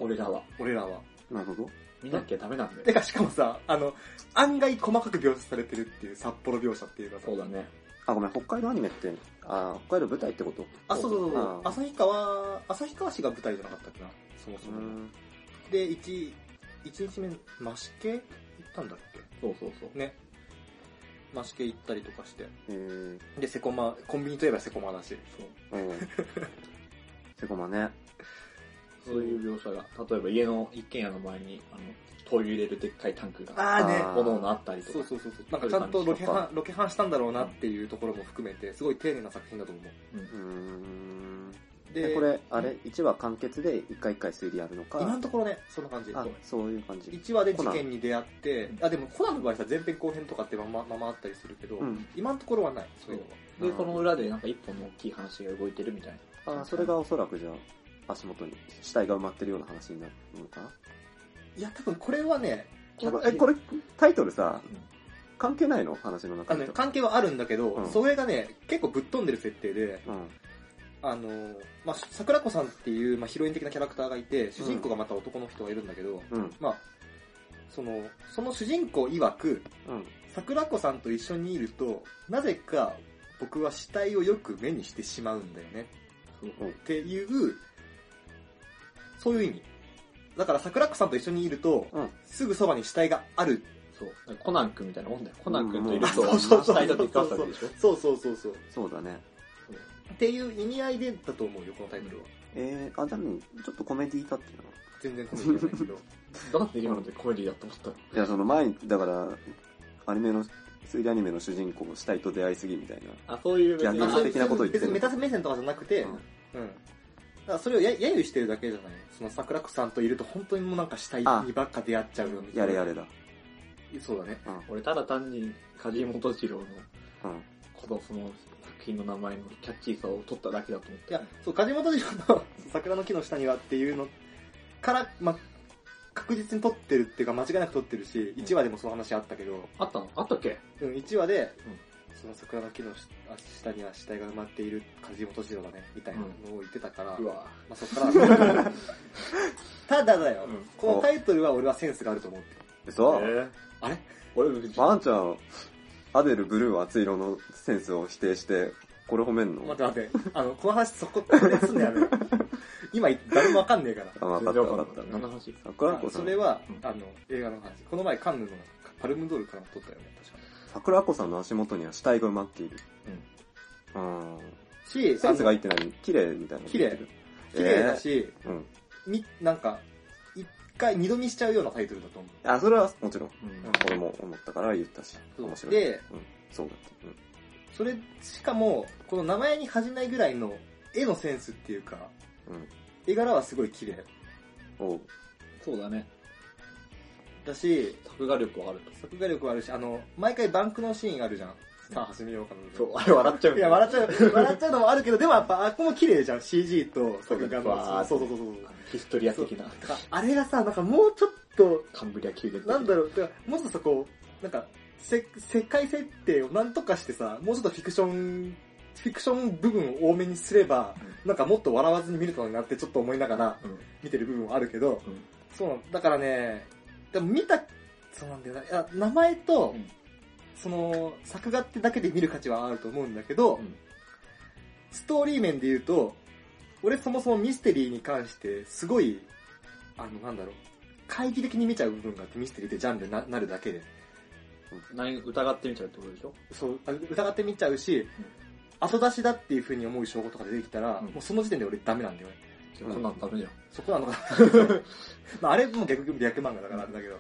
俺らは。
俺らは。
なるほど。
見なきゃダメなんだ
て
よ。
か、しかもさ、あの、案外細かく描写されてるっていう、札幌描写っていうかさ。
そうだね。
あ、ごめん、北海道アニメって、あ、北海道舞台ってこと
あ、そうそうそう。
あ
旭川、旭川市が舞台じゃなかったっけな、そもそうも。
ん。
で、一、一日目、増毛行ったんだっけ
そうそうそう。
ね。増毛行ったりとかして。
えー、
で、セコマ、コンビニといえばセコマだし。
そう。
うん。セコマね。
そういう描写が。例えば、家の一軒家の前に、あの、灯油入れるでっかいタンクが、
あーね。
あー
炎のあったりとか。
そうそうそうそう。なんかちゃんとロケハン、ロケハンしたんだろうなっていうところも含めて、すごい丁寧な作品だと思う。
うーん。
で、
これ、あれ、1話完結で一回一回推理やるのか、
今のところね、そんな感じ。
あ、そういう感じ。
1話で事件に出会って、あ、でもコナンの場合さ、前編後編とかってままままあったりするけど、
うん
今のところはない、そういうのは。
うん
で、その裏でなんか一本の大きい話が動いてるみたいな。
あ、それがおそらくじゃあ、足元に死体が埋まってるような話になるのか
いや、多分これはね、
なこれえ、これ、タイトルさ、
うん
関係ないの話の
あ
中
の
で
ね。関係はあるんだけど、
うん
それがね、結構ぶっ飛んでる設定で、
うん。
あのー、まあ、桜子さんっていう、まあ、ヒロイン的なキャラクターがいて、主人公がまた男の人がいるんだけど、
うん。
まあ、その、その主人公曰く、
うん。
桜子さんと一緒にいると、なぜか僕は死体をよく目にしてしまうんだよね。
うん
っていう、そういう意味。だから桜子さんと一緒にいると、
うん
すぐそばに死体がある。
そう。なんかコナン君みたいなもんだよ。コナン君といると、
うんうんそうそうそう
間でかわすわけでしょ。
そうそうそうそう。
そうだね。
っていう意味合いでだと思うよ、このタイトルは。
えー、あ、じゃあ何ちょっとコメディーだっていうの
全然コメディじゃない
[laughs]
けど。
だって今のでコメディだと思ったの
いや、その前に、だから、アニメの、推理アニメの主人公、死体と出会いすぎみたいな。
あ、そういう
ギャング的なこと言ってる
別にメタ目線とかじゃなくて、
うん
うん。だからそれをや揶揄してるだけじゃないその桜子さんといると本当にもうなんか死体にばっか出会っちゃうよみたいな。
やれやれだ。
そうだね。
俺ただ単に梶本次郎の
うん。
このその作品の名前のキャッチーさを取っただけだと思っ
い
て。
や、そう、梶本次郎の [laughs] 桜の木の下にはっていうのから、ま、確実に撮ってるっていうか間違いなく撮ってるし、1話でもその話あったけど、
あったのあったっけ
うん、1話で
うん、
その桜の木の下あ下には死体が埋まっている梶本次郎だね、みたいなのを言ってたから、
う
ま
わ
あそっから、ただだよ、
うん
このタイトルは俺はセンスがあると思ってる。
嘘、
え
あれ
俺別に、
あんちゃん、アデルブルー熱い色のセンスを否定して、これ褒めんの
待って待って、あの、この話そこ、これすんのやめよう。今、誰もわかんねえから。
あ、わかったわかった。
何の話
桜子さ
そ
ん
れ、は
うん、
あの、映画の話。この前、カンヌのパルムドールからも撮ったよね、確か
桜子さんの足元には死体が埋まっている。うん。
に。し、
セ
あ
ンスが
の
いってない綺麗みたいな。
綺麗。綺麗だし、
うん。
み、なんか、一回二度見しちゃうようなタイトルだと思
あ、それはもちろん。
うん
俺も思ったから言ったし。
そう
面白い。
で
うん。そうだって。うん。
う。それ、しかも、この名前に恥じないぐらいの絵のセンスっていうか、
うん
絵柄はすごい綺麗
おう。
そうだね。
だし、
作画力はあると。
作画力はあるし、あの、毎回バンクのシーンあるじゃん。さあ、始めようかな。
そう、あれ笑っちゃう
い
よね。
や、笑っちゃう、笑っちゃうのもあるけど、でもやっぱ、あっこも綺麗じゃん。CG と作画
わ
の。
ー
そうそうそうそう。
ヒストリア的な。
あれがさ、なんかもうちょっと、
カンブリア宮殿的
なんだろう、だからもうちょっとこう、なんか、せ、世界設定をなんとかしてさ、もうちょっとフィクション、フィクション部分を多めにすれば、なんかもっと笑わずに見れたのになってちょっと思いながら
うん。
見てる部分はあるけど、
うん
そうなのだからね、でも見た、そうなんだよな、いや、名前と、
うん
その、作画ってだけで見る価値はあると思うんだけど、
うん
ストーリー面で言うと、俺そもそもミステリーに関して、すごい、あの、なんだろう、懐疑的に見ちゃう部分があって、ミステリーってジャンルにななるだけで。
何疑ってみちゃうってことでしょ
そう、あ疑ってみちゃうし、後出しだっていう風に思う証拠とか出てきたら、
うん
もうその時点で俺ダメなんだよね。
そんなのダメじゃん。
そこなのか [laughs] なまああれも逆逆漫画だからあれだけど。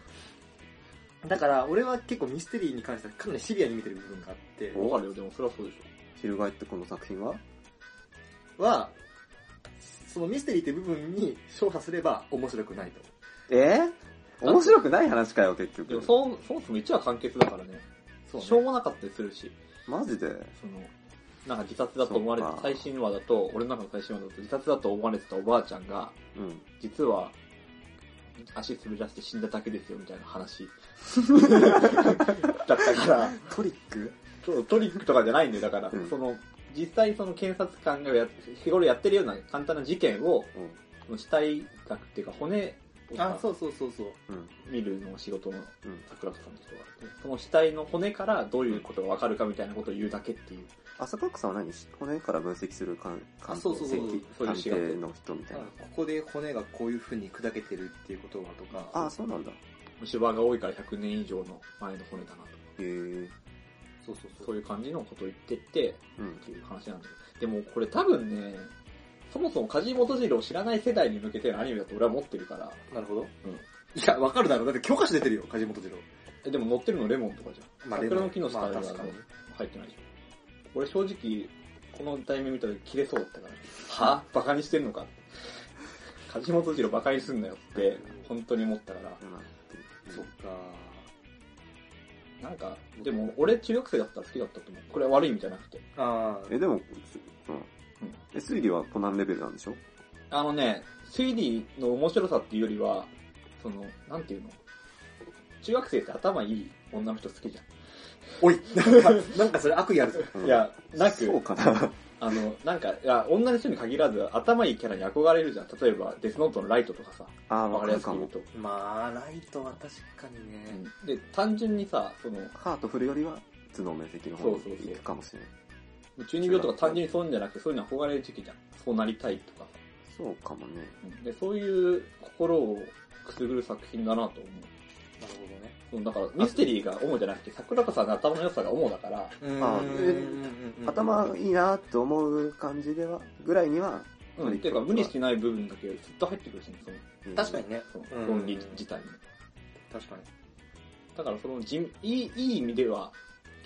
だから俺は結構ミステリーに関してはかなりシビアに見てる部分があって、
わかるよ、でもそれはそうでし
翻ってこの作品は
は、そのミステリーって部分に勝破すれば面白くないと。
えー面白くない話かよ、結
ょ。でも
局。
そう、そもそも1話完結だからね。
そうね
しょうもなかったりするし、
マジで。
その、なんか自殺だと思われて
そっ、か
最新話だと、俺の中の最新話だと自殺だと思われてたおばあちゃんが、
うん。
実は、足滑らして死んだだけですよ、みたいな話。だったから、
トリック
そうトリックとかじゃないんだよ、だから、
うん
その、実際その検察官がや日頃やってるような簡単な事件を、
う
その死体学っていうか骨をさ
あ、そうそうそうそう。
ん。うん。
見るのを仕事の
うん。
桜子さんの人が、その死体の骨からどういうことがわかるかみたいなことを言うだけっていう。
朝香さんは何骨から分析する鑑
あ
鑑
そうそうそう
そ
析
ういう
鑑
仕事
定の人みたいな。
ここで骨がこういう風に砕けてるっていうことはとか、
あ、そうなんだ。へ
虫歯が多いから100年以上の前の骨だなとか、
え。
そうそうそう。
そういう感じのことを言ってって、
うん
っ。ていう話なんだけど。でもこれ多分ね、そもそも梶本次郎を知らない世代に向けてのアニメだと俺は持ってるから、
なるほど。
うん
いや、わかるだろう。だって教科書出てるよ、梶本次郎。
えでも乗ってるのレモンとかじゃん。
まあ
桜の木の下
まあ
には
確かに
入ってないでしょ。俺正直、この題名見た時切れそうだったから、はぁバカにしてんのか梶本次郎バカにすんなよって、本当に思ったから。
だなっていう。そう。
か。なんか、でも俺中学生だったら好きだったと思う。これは悪い意味じゃなくて。
あ
え、でも、すうん。え、推理はコナンレベルなんでしょ
あのね、推理の面白さっていうよりは、その、なんていうの中学生って頭いい女の人好きじ
おい、 [laughs] なんか、なんかそれ悪意あるぞ。
ゃん。い、や、なく、
そうかな。
あの、なんか、いや、女の人に限らず、頭いいキャラに憧れるじゃん。例えば、デスノートのライトとかさ、
ああ、
わか
わか
りや
る
すく
か
言う
も。
と。
まあ、ライトは確かにね。
で、単純にさ、その、
ハートフルよりは、頭脳面積の方に
そうそうそう
行くかもしれない。
中二病とか単純にそういうんじゃなくて、そういうの憧れる時期じゃん。そうなりたいとかさ。
そうかもね。
で、そういう心をくすぐる作品だなと思う。
なるほどね。
そのだから、ミステリーが主じゃなくて、桜子さんの頭の良さが主だから、
あえ
うん
頭いいなって思う感じでは、ぐらいには、
うん、っていうか無理してない部分だけずっと入ってくるしね、その、
確かにね。
その
うん
論理自体に。
確かに。
だからその地味、いい、いい意味では、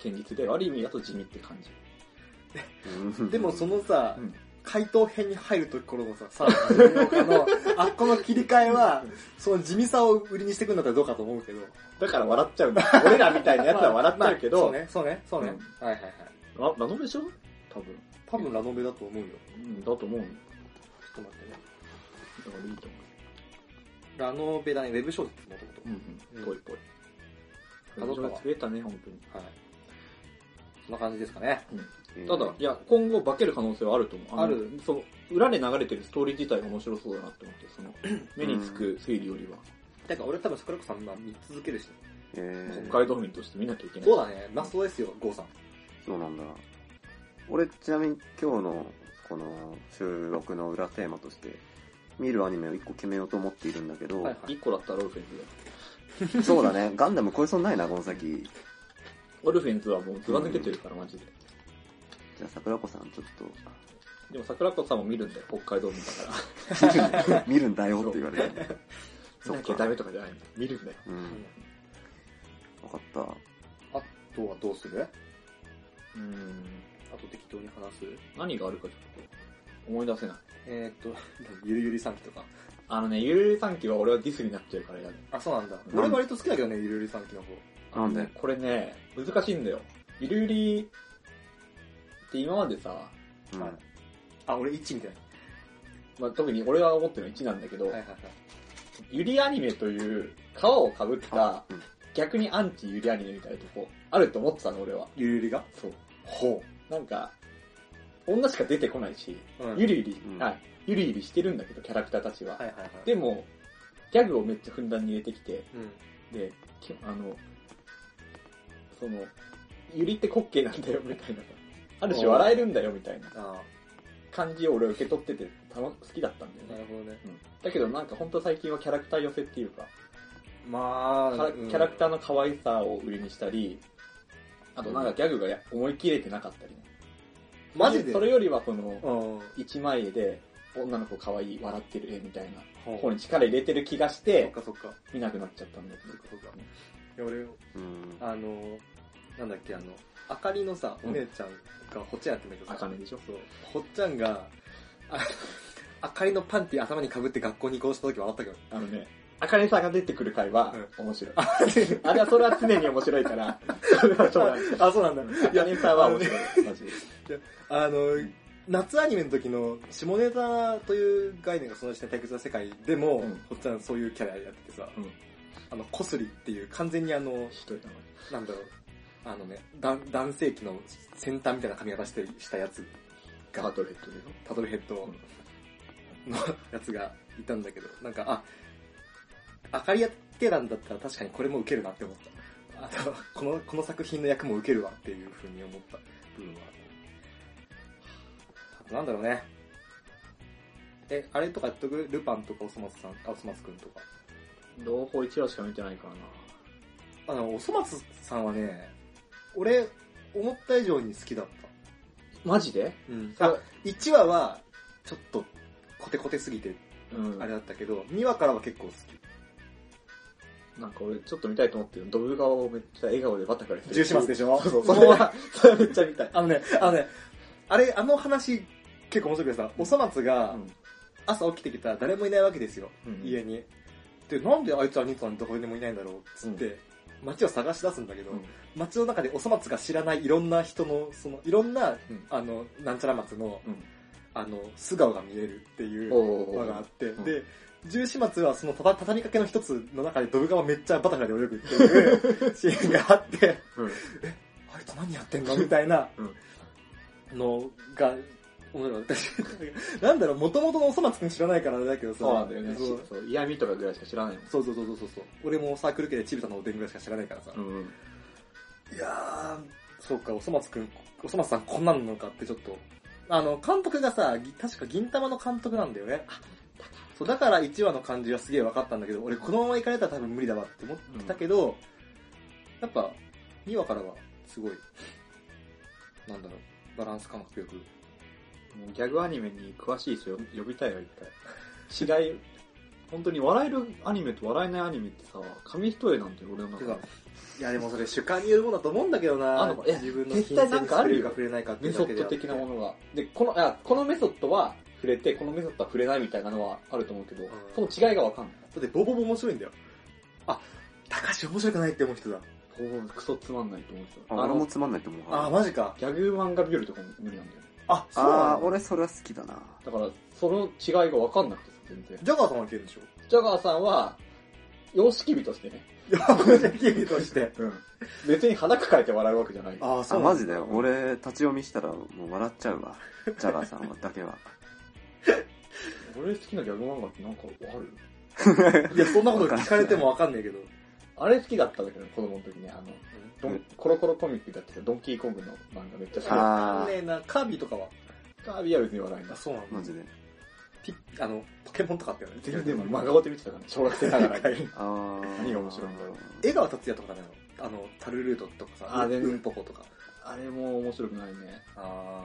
堅実で、悪い意味だと地味って感じ。
うん。
でもそのさ、
うん
回答編に入るところのさ、さあ、の、あっこの切り替えは、その地味さを売りにしてくるのかどうかと思うけど。
だから笑っちゃうんだ。 [laughs] 俺らみたいなやつは笑っちゃうけど、
まあそうね、そうね、そうね。はいはいはい。
ララノベでしょ多分。
多分ラノベだと思うよ。
うん、だと思うん
ち
だ
ょっと待ってね。
からいいと思
ラノベだね、ウェブ小説もともと
う。うん
う
うんん、ぽいぽい。
角
数
川
が増えたね、本当に。
はい。そんな感じですかね。
[laughs] えー
ただ、いや、今後化ける可能性はあると思う。の
ある。
そう、裏で流れてるストーリー自体が面白そうだなって思って、その、目につく推理よりは、
だから俺多分桜子さんは見続けるし。
えー
北海道民として見なきゃいけない。
そうだね、マストですよ、ゴーさん。
そうなんだ。俺、ちなみに今日のこの収録の裏テーマとして、見るアニメを一個決めようと思っているんだけど、
はい
一個だったらオルフェンズだよ。
そうだね、ガンダム超えそうにないな、この先。
オルフェンズはもうずば抜けてるから、マジで。
じゃあ、桜子さん、ちょっ
でも桜子さんも見るんだよ、北海道民だから。
と、 [laughs] 見るんだよって言われて。
見なきゃダメとかじゃないんだ。見るんだよ。
うん。わかった。
あとはどうする
うん。
あと適当に話す
何があるかちょっと、思い出せない。
えー、っと、 [laughs] ゆるゆりさんきとか。
あのね、ゆるゆる三期は俺はディスになっちゃうから嫌だ。
あ、そうなんだ。
ん
俺割と好きだけどね、ゆるゆりさんきの方。
なんで
これね、難しいんだよ。ゆるゆりって今までさ、
うん
はいあ、俺1みたいな。
まあ、特に俺は思ってるの1なんだけど、
はいはいはい。
ゆりアニメという皮をかぶった
うん
逆にアンチゆりアニメみたいなとこあると思ってたの俺は。
ゆるゆりが
そう。ほう。なんか、女しか出てこないし、
うん
ゆりゆり、
うん
はい。ゆりゆりしてるんだけど、キャラクターたちは。
はいはいはい。
でも、ギャグをめっちゃふんだんに入れてきて、
うん。
で、きあの、その、ゆりって滑稽なんだよ、みたいな。ある種笑えるんだよ、みたいな
あ
感じを俺は受け取ってて、たの好きだったんだよ
あ、な
ね
る。ほどね。
だけどなんか本当最近はキャラクター寄せっていうか、
ま
キ
あ、
ャラキャラクター
の。
の可愛さを売りにしたり、あとなんかギャグがや思い切れてなかったりね。
マジで
それよりはこの、
うん。
一枚絵で女の子可愛い笑ってる絵みたいな
ほ
方
う
に力入れてる気がし、
そってかそっか。い
見なくなっちゃったんだけ
や、
ど。
俺、
うん。
あの、なんだっけ、あの、あかりのさ、お姉ちゃんがほっちゃんやってんだけどさ。
あかねでしょ
そう。ほっちゃんが、あ [laughs] あかりのパンティ頭にかぶって学校に移行した時笑 [laughs] ったけど。
あのね、あかねさんが出てくる回は面白い。
あ、
あれはそれは常に面白いから、 [laughs] それはそうだ。
そうなんだ。
[laughs] あかねさんは面白い。マジで。
あの、夏アニメの時の下ネタという概念がその時代退屈な世界でも、
うん
ほっちゃんそういうキャラやっててさ、
うん
あの、こすりっていう完全にあの、
一人なのに。
なんだろう、あのね、男男性器の先端みたいな髪型してしたやつ
ガートレットでしょ
パドルヘッドの [laughs] やつがいたんだけど、なんか、あ、明かりやってたんだったら確かにこれも受けるなって思った。あの、この、この作品の役も受けるわっていう風に思った部分はある。あとなんだろうね。え、あれとかやっとくルパンとかおそ松さん、あ、おそ松くんとか。
同胞一話しか見てないからな。
あの、おそ松さんはね、俺、思った以上に好きだった。
マジで
うん。
あ
あ、1話は、ちょっと、コテコテすぎて
うん。
あれだったけど、2話からは結構好き。
なんか俺ちょっと見たいと思ってるドブ顔をめっちゃ笑顔でバタフライする。 [laughs]
重視ますでしょ
そうそう。それは、それはめっちゃ見たい。
あのね、あのね、あれ、あの話、結構面白くてさ、おそ松が
うん
朝起きてきたら誰もいないわけですよ、
うん
家に。で、なんであいつは兄さんどこにでもいないんだろうっつって、街を探し出すんだけど、
うん
街の中でおそ松が知らないいろんな人の、その、いろんな、
うん
あの、なんちゃら松の、
うん
あの、素顔が見えるっていう。
お
輪があ
ー
って、
ん
で、十四松はそのたた畳みかけの一つの中でドブ川めっちゃバタフライで泳ぐっていうシーンがあって、
うん
あいつ何やってんのみたいな
うん
のが、面白かった。 [laughs] なんだろう、もともとのおそ松くん知らないからあれだけどさ。
そうなんだよね。
そう
そう嫌味とかぐらいしか知らないもん。
そうそうそうそうそう。俺もサークル系でチビタのおでんぐらいしか知らないからさ。
うん
いやー、そうか、おそ松くん、おそ松さんこんなんなのかってちょっと。あの、監督がさ、ぎ確か銀玉の監督なんだよね。そう、だから1話の感じはすげえ分かったんだけど、俺このまま行かれたら多分無理だわって思ってたけど、やっぱ2話からはすごい、なんだろう、バランス感覚よく。
もうギャグアニメに詳しい人呼呼びたいよ、一回。違い、本当に笑えるアニメと笑えないアニメってさ、紙一重なんて俺の中
て
で
か。いやでもそれ主観によるものだと思うんだけどな
あのえ
自分の
絶対なんかある
金銭に触れか
よ
触れないかってい
メ
う
ソ
だけで
ッド
は
的なものが。で、この、あ、このメソッドは触れて、このメソッドは触れないみたいなのはあると思うけど、
う
そ
ん
の違いがわかんない。
だってボボボ面白いんだよ。あ、高橋面白くないって思う人だ。
ほぼクソつまんないと思ってた。
あ
あ
俺も
の、
つまんないと思う
あー、マジか。
ギャグ漫画日和とかも無理なんだよね。
あ、そうな
あ
ん
ー
だ。
俺それは好きだな
だから、その違いがわかんなくてさ、全然。
ジャガーさんは消えるんでしょ
ジャガーさんは、様式美としてね。
い [laughs] や、これだけ見として。
うん。別に鼻くかえて笑うわけじゃない。
ああ、
あ
そうなん
マジだよ。俺立ち読みしたらもう笑っちゃうわジャガーさんはだけ
[laughs]
は
俺好きなギャグ漫画ってなんかある
いや、そんなこと聞かれてもわかんないけど。
あれ好きだったんだけど、子供の時ね、あの、ドンコロコロコミックだったけど、ドンキーコングの漫画めっちゃ好きだっ
あ
ねえな、カービィとかは。
た。カービィは別に笑いな
あ、。そうな
ーマ
の
ジで
ピッ、あの、ポケモンとかあったよね。
全然もう真顔で見てたからね、小学生 [laughs] ながらに。
あー
何が面白いんだろう
江川達也とかだよ。あの、タルルートとかさ、
あー全然
うんぽことか。
あれも面白くないね。
あ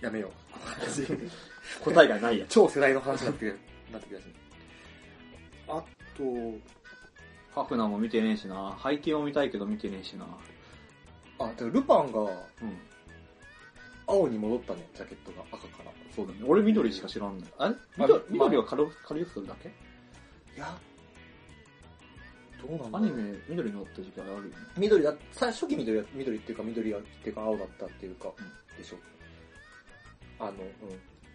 ー。やめよう。この話 [laughs]
答えがないやつ。
超世代の話になってく [laughs] る。なってくるやつ。あと、
ハフナも見てねえしな、背景を見たいけど見てねえしな。
あ、でもルパンが
うん。
青に戻ったね、ジャケットが赤から。
そうだね。俺緑しか知らんね。あれ緑緑はカルカリウスだけ
いや、どうなんだ
ア
ろう
ニメ緑のって時期あるよね。
緑だ、さ初期緑だ、緑っていうか緑っていうか青だったっていうか、でしょ。あの、うん。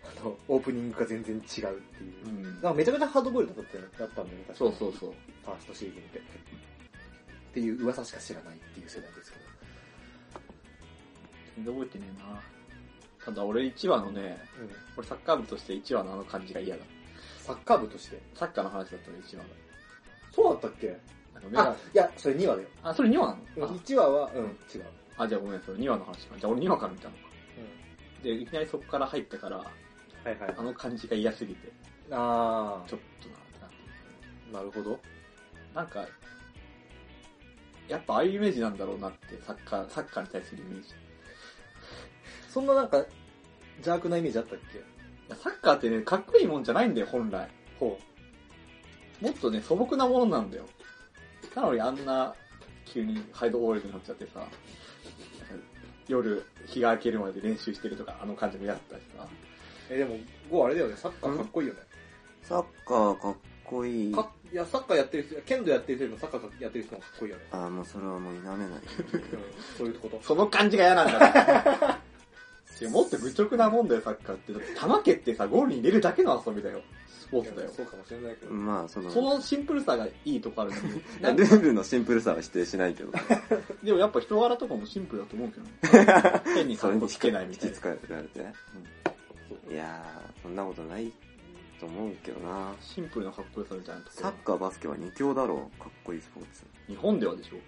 あの、オープニングが全然違うっていう。
うん
なんかめちゃめちゃハードボイルドだったよねだったんだよね、確か
そうそうそう。
ファーストシーズンって。っていう噂しか知らないっていう世代ですけど。
全然覚えてねえな。ただ俺1話のね、
うん。
俺サッカー部として1話のあの感じが嫌だ。
サッカー部として。
サッカーの話だったね、1話が。
そうだったっけ
なんか目
あ
が、
いや、それ2話だよ。
あそれ2話なの
1話は、うん、違う。
ああ、じゃあごめん、それ2話の話か。じゃあ俺2話から見たのか。
う
で、いきなりそこから入ったから、
ん。はいはい
あ。の感じが嫌すぎて、
あ
ちょっとなってなってる。
ー、なるほど。
なんか、やっぱああいうイメージなんだろうなって、サッカー、サッカーに対するイメージ。い
そんななんか、邪悪なイメージあったっけ
やサッカーってね、かっこいいもんじゃないんだよ、本来。
ほ
もっとね、素朴なものなんだよ。なのにあんな、急にハイドボールになっちゃってさ、夜、日が明けるまで練習してるとか、あの感じもやったしさ。
う。え、でも、ゴーあれだよね、サッカーかっこいいよね。
サッカーかっこいい
かいや、サッカーやってる人、剣道やってる人よりもサッカーやってる人の方がかっこいいよね。
あーもうそれはもう否めない
そういうこと。
その感じが嫌なんだよ。もっと愚直なもんだよ、サッカーって。だって球蹴ってさ、ゴールに入れるだけの遊びだよ。スポーツだよ。
そうかもしれないけど。
まあその
そのシンプルさがいいとこあるのに。
ルールのシンプルさは否定しないけど
でもやっぱ人柄とかもシンプルだと思うけどね。変に
[laughs]
か
それ
っ
に
こつけないみたい
引
な
き。つかれて、いやーそんなことないと思うけどな
シンプルなかっこよさみたいなとこ
サ
ろ
ッ。カーバスケは2強だろうかっこいいスポーツ
日本ではでしょ
う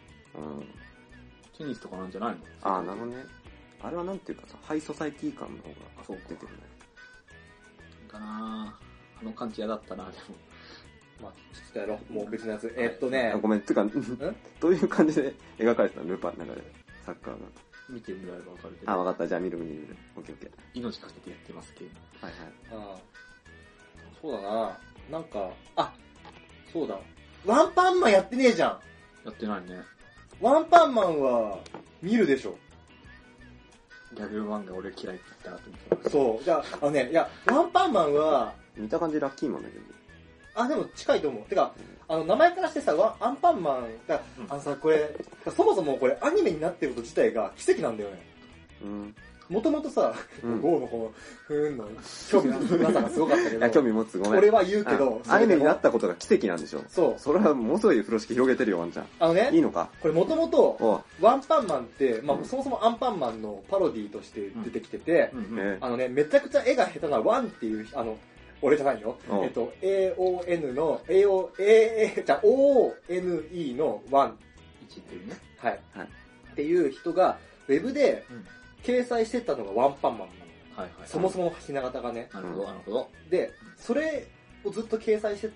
ん
テニスとかなんじゃないの
ああなるほどねあれはなんていうかさハイソサイティ感の方が
そうか
出てくるね
かなあの感じ嫌だったなでも。
まあ、ちょっとやろう。もう別のやつ。えっとね
あ、ごめんてか [laughs] どういう感じで描かれてたのルパンの中でサッカーが
見てもらえばわかるけ
あ
ど。
分かったじゃあ見る見る見るオッケーオッケ
命かけてやってますけど。
ーはいはい
あーそうだななんか、あ、そうだ。ワンパンマンやってねえじゃん。
やってないね。
ワンパンマンは、見るでしょ。
ギャグ漫画俺嫌いだなと思って
そう。じゃあ、あのね、いや、ワンパンマンは、
見た感じラッキーマンだけどね。
あ、でも近いと思う。てか、あの、名前からしてさ、ワンアンパンマンが、
うん
あのさ、これ、そもそもこれアニメになってること自体が奇跡なんだよね。
うん。
もともとさ、
うん
ゴーのこの、ふーんの興味のなさがすごかったけど、
いや、興味持つ、ごめん。
俺は言うけど、
あアニメにな
て
ったことが奇跡なんでしょ。
そう。
それはもうすごい風呂敷広げてるよ、ワンちゃん。
あの
いい
ね、
のか
これもともと、
おう。
ワンパンマンって、まあ、そもそもアンパンマンのパロディとして出てきてて、
うん
え
あのね、めちゃくちゃ絵が下手なワンっていう、あの、俺じゃないよ。
うん
えっと、AON の、AO、AA、じゃあ ONE のワン、
一っていうね。
はい。
はい
っていう人が、ウェブで
うん
掲載してたのがワンパンマンなの。
はいはい。
そもそもひな形がね。
なるほど、なるほど。
で、それをずっと掲載して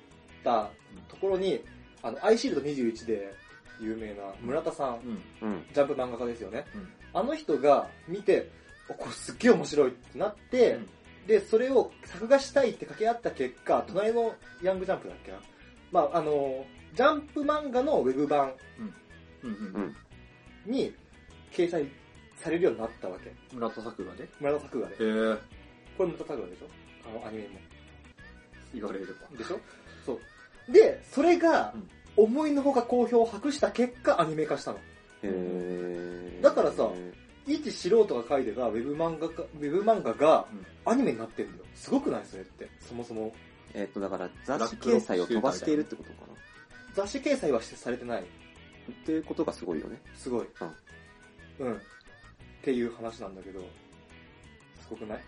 たところに、あの、アイシールド21で有名な村田さん、
うん。
うん。
ジャンプ漫画家ですよね。
うん。
あの人が見て、おこれすっげえ面白いってなって、
うん
で、それを作画したいって掛け合った結果、隣のヤングジャンプだっけな。まあ、あの、ジャンプ漫画のウェブ版
うん
う
うん。
ん。
に掲載されるようになったわけ。
村田作画でへ
村田作画で。
え。
これ村田作画でしょあのアニメも。
言われれば。
で
[laughs]
しょそう。で、それが
うん、
思いのほか好評を博した結果アニメ化したの。
えー。
だからさ一素人が書いてたウェブ漫画か、ウェブ漫画がアニメになってんだよ。すごくないそれって。そもそも。
えーっと、だから雑誌掲載を飛ばしているってことかな。
雑誌掲載はしてされてない。
っていうことがすごいよね。
すごい。うん。っていう話なんだけど、すごくない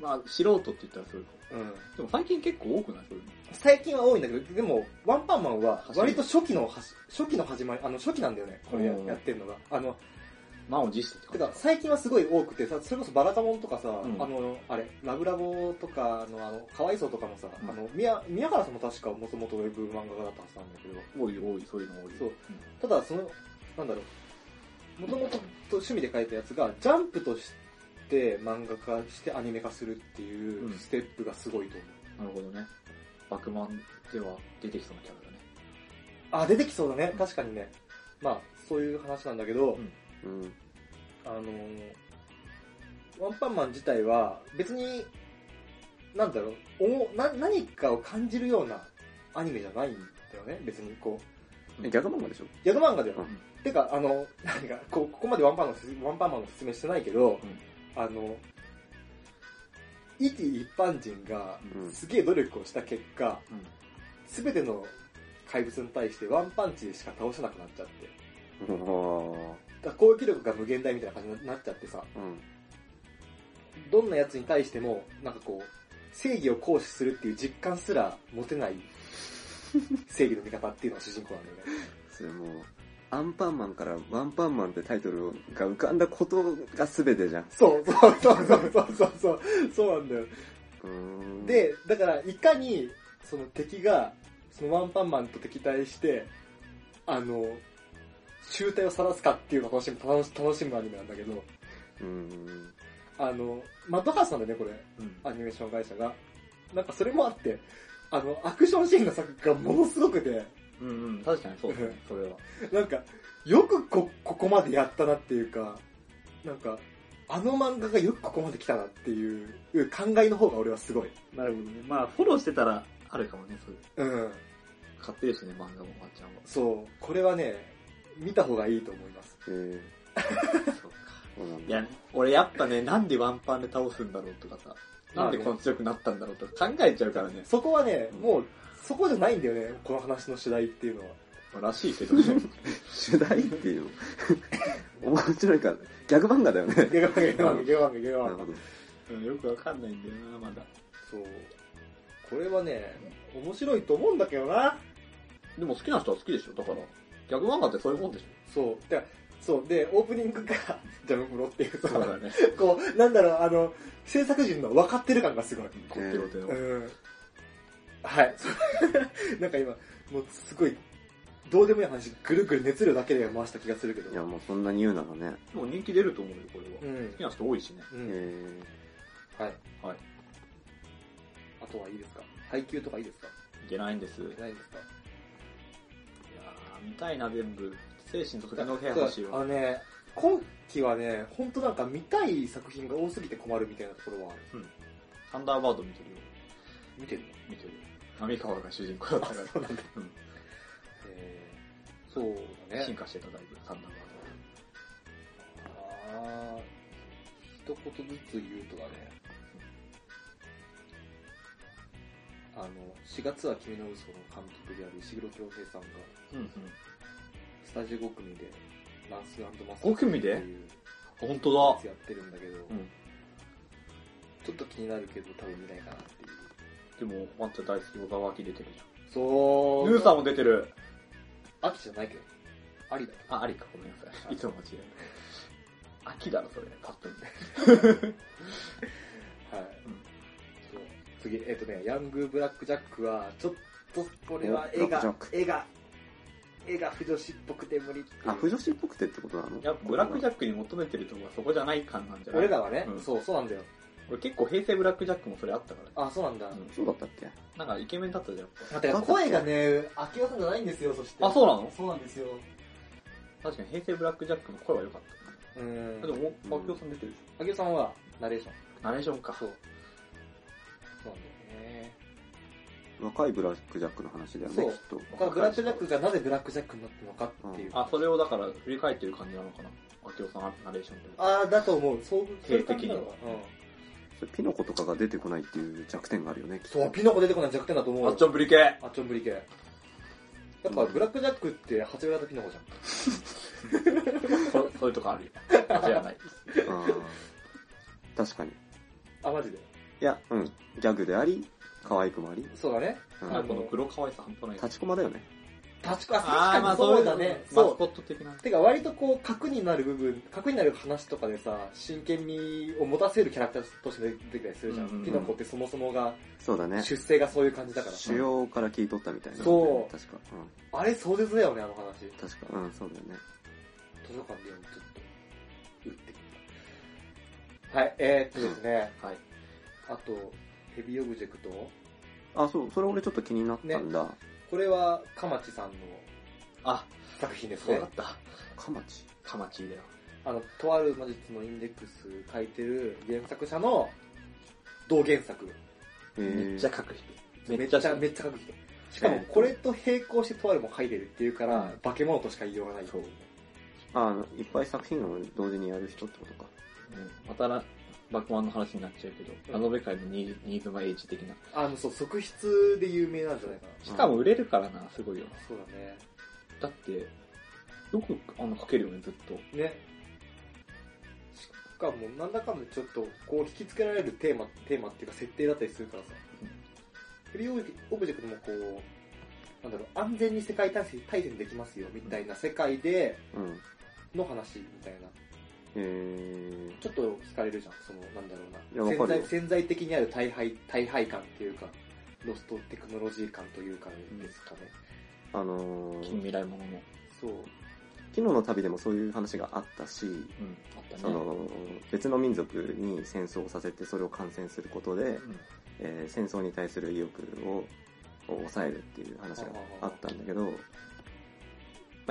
まあ、素人って言ったらそういう
うん。
でも最近結構多くないそういうの。
最近は多いんだけど、でも、ワンパンマンは割と初期のはし、初期の始まり、あの、初期なんだよね。これや
うん
やってるのが。あの、
満を持してって
て
感じ
か最近はすごい多くてさ、それこそバラタモンとかさ、
ん
あの、あれ、ラブラボとかのあの、かわいそうとかもさ、
うん
あの、宮、宮原さんも確かもともとウェブ漫画家だったはずなんだけど、
多い多い、そういうの多い。
そうただその、なんだろう、もともと趣味で書いたやつが、ジャンプとして漫画化してアニメ化するっていうステップがすごいと思う。
なるほどね。バクマンでは出てきそうなキャラだね。
あ、出てきそうだね。確かにね。まあ、そういう話なんだけど、
うん
うん。
あのーワンパンマン自体は別に、なんだろう、おもな、何かを感じるようなアニメじゃないんだよね。別にこう、
え、ギャグ漫画でしょ
ギャグ漫画だよ。
うん
てか、あの、 [laughs] 何か、こう、ここまでワンパンのす、ワンパンマンの説明してないけど、
うん
あの、イティ一般人が
うん。
すげえ努力をした結果、
うん。
すべての怪物に対してワンパンチでしか倒せなくなっちゃって。
お
だから攻撃力が無限大みたいな感じになっちゃってさ、
ーうん。
どんなやつに対しても、なんかこう、正義を行使するっていう実感すら持てない正義の味方っていうのが主人公なんだよね。
それもう、アンパンマンからワンパンマンってタイトルが浮かんだことが全てじゃん。
そうそうそうそうそうそうそう、そうなんだよ。
うーん、
で、だからいかに、その敵が、そのワンパンマンと敵対して、あの、集体を晒すかっていうのを楽しむ、楽し楽しむアニメなんだけど、
うー [laughs] ん。
あの、マッドハウスなんだよね、これ。
うん。
アニメーション会社が。なんかそれもあって、あの、アクションシーンの作画がものすごくて、
うんうん、確かにそうだ [laughs] ね、それは。
なんか、よくこ、ここまでやったなっていうか、なんか、あの漫画がよくここまで来たなっていう、感慨の方が俺はすごい。
なるほどね。まあ、フォローしてたらあるかもね、そういう。
うん。
買ってるしね、漫画も、ワンちゃんは。
そう。これはね、見た方がいいと思います。
えー、
そうか。
そうなん
い
だ。
や、俺やっぱね、なんでワンパンで倒すんだろうとかさ、なんでこんな強くなったんだろうとか考えちゃうからね、
そこはね、
うん
もう、そこじゃないんだよね、この話の主題っていうのは。
まあらしいけ [laughs] どね。
主題っていうの。 [laughs] 面白いから、ギャグ漫画だよね。
ゲガマゲガマゲガマゲガ
な
マ
るほど。
うんよくわかんないんだよな、まだ。
そう。これはね、面白いと思うんだけどな。
でも好きな人は好きでしょ、だから。ギャグ漫画ってそういうもんでし
そう。で、そう。で、オープニングが、ジャムプロっていう
ょ。
さ、
そうだ [laughs] ね。
こう、なんだろう、あの、制作陣の分かってる感がすごい。
こってろての。
うん。はい。 [laughs] そうなんか今、もうすごい、どうでもいい話、ぐるぐる熱量だけで回した気がするけ
いや、
ど。
もうそんなに言うならね。
でも人気出ると思うよ、これ
う
は。
ん
好き。な人多いしね。
う
え
ん。
ー、
はい。
はい。
あとはいいですか配給とかいいですか
いけないんです。いや
ないんですか
ー見たいな、全部。精神と時の部屋欲しい
あ
わ。
のね、今期はね、本当なんか見たい作品が多すぎて困るみたいなところはある。
サンダーバード見てるよ。
見てるの
見てる。波川が主人公だったか
うなんだ。
うん
えーそうだ
ら、
ね
進。化してただいぶ、サンダーバードは。
あー一言ずつ言うとだね。あの、4月は君の嘘の監督である石黒恭平さんが、
うんうん。
スタジオ5組で、ランスマス
5組で
っていう
本当
や
だ
つ。やってるんだけど、
うん
ちょっと気になるけど多分見ないかなっていう。
でも、待って大好き小沢明出てるじゃ
そ
ん。
う。
ヌーさんも出てる。
秋じゃないけど。ありだよ。
あ、ありか、ごめんな [laughs] さい。いつも間違えた。秋だろ、それ。パッと見て。
はい。そう
うん
次、えっ、とね、ヤングブラックジャックは、ちょっと、これは
お
絵
ブラックジャ
が
ック、
絵が、絵が不女子っぽくて無理っていう
あ、不女子っぽくてってことなの
いや、ブラックジ
ャ
ャックに求めてるとこはそこじゃない感なんじゃない
俺らはね、
うん
そう、そうなんだよ。
俺結構平成ブラックジャックもそれあったから。
あ、そうなんだ。
うん
そうだったっけ
なんかイケメンだったじゃん、やっぱ
だって声がね、秋代さんじゃないんですよ、そして。
あそうなの
そうなんですよ。
確かに平成ブラックジャックの声は良かった。
う
あで
ん。
も、マキオさん出てる
秋代さんは、ナレーション。
ナレーションか。
そう。そうなんだよね。
若いブラックジャックの話だよね、
そ
き
う
っと。
僕はブラックジャックがなぜブラックジャックになったのかっていう。
あ、それをだから振り返ってる感じなのかな。マキオさんはナレーションで。
あーだと思う。そう、そう
定的には
いう感じなのか
それピノコとかが出てこないっていう弱点があるよね、きっ
うん。そう、ピノコ出てこない弱点だと思う。
あっちょんぶり系
あっちょんぶり系。やっぱ、ブラックジャックって、八村とピノコじゃん。
そそういうとこあるよ。じゃない。
と。あー確かに。い
あ、マジで。
や、うん。ギャグであり、可愛くもあり。
そうだね。
うん
なんかこの黒可愛さ半端ない。
立ちコマだよね。
立ちこ、あ、
ー
確かにそうだね。
マ
そ
ス
う。
コット的な。
てか、割とこう、核になる部分、核になる話とかでさ、真剣味を持たせるキャラクターとして出てきたりするじゃ。
うんうんうんん
ピノコってそもそもが、
そうだね。
出世がそういう感じだから。
主要から聞いとったみたいな。
そう
確か。う
あれ、壮絶だよね、あの話。図
ん。確か。うん、そうだよね。
書館で読むとちょっと、うってきた。はい、えー、っとですね、
はい。
あと、ヘビーオブジェクト
あ、そう、それ俺ちょっと気になったんだ。
これは、かまちさんの
あ、
作品です
そう
ね
だっ。た。
かまち。
かまちいだよ。
あの、とある魔術のインデックス書いてる原作者の同原作。
えー
めっちゃ書く人。
めっちゃ、め
めっ
っちゃ書く人。しかも [laughs] これと並行してとあるも書いてるっていうから、
うん
化け物としか言いようがない。
そう
あの、いっぱい作品を同時にやる人ってことか。
またな、バックマンの話になっちゃうけど、
うん
ラノベ界の新新妻エイジ的な。
あの、そう、側筆で有名なんじゃないかな。
しかも売れるからな、すごいよ。
そうだね。
だって、よくあの書けるよね、ずっと。
ね。しかも、なんだかんだちょっと、こう、引きつけられるテーマ、テーマっていうか設定だったりするからさ
うん。
ヘビーオブジェオブジェクトもこう、なんだろう、安全に世界対戦対戦できますよ、みたいな世界で
うん。
の話みたいな。
え
ちょっと惹かれるじゃん、その、なんだろ
いや
うな。
わ
潜
かる
在
よ
潜在的にある大敗、大敗感っていうか、ロストテクノロジー感というかですかね。
ー、あの
近
ー、
未来ものも。
そう。
昨日の旅でもそういう話があったし、
うん、あったね。
その、別の民族に戦争をさせてそれを感染することで、
うん
えー戦争に対する意欲をを抑えるっていう話があったんだけど、ま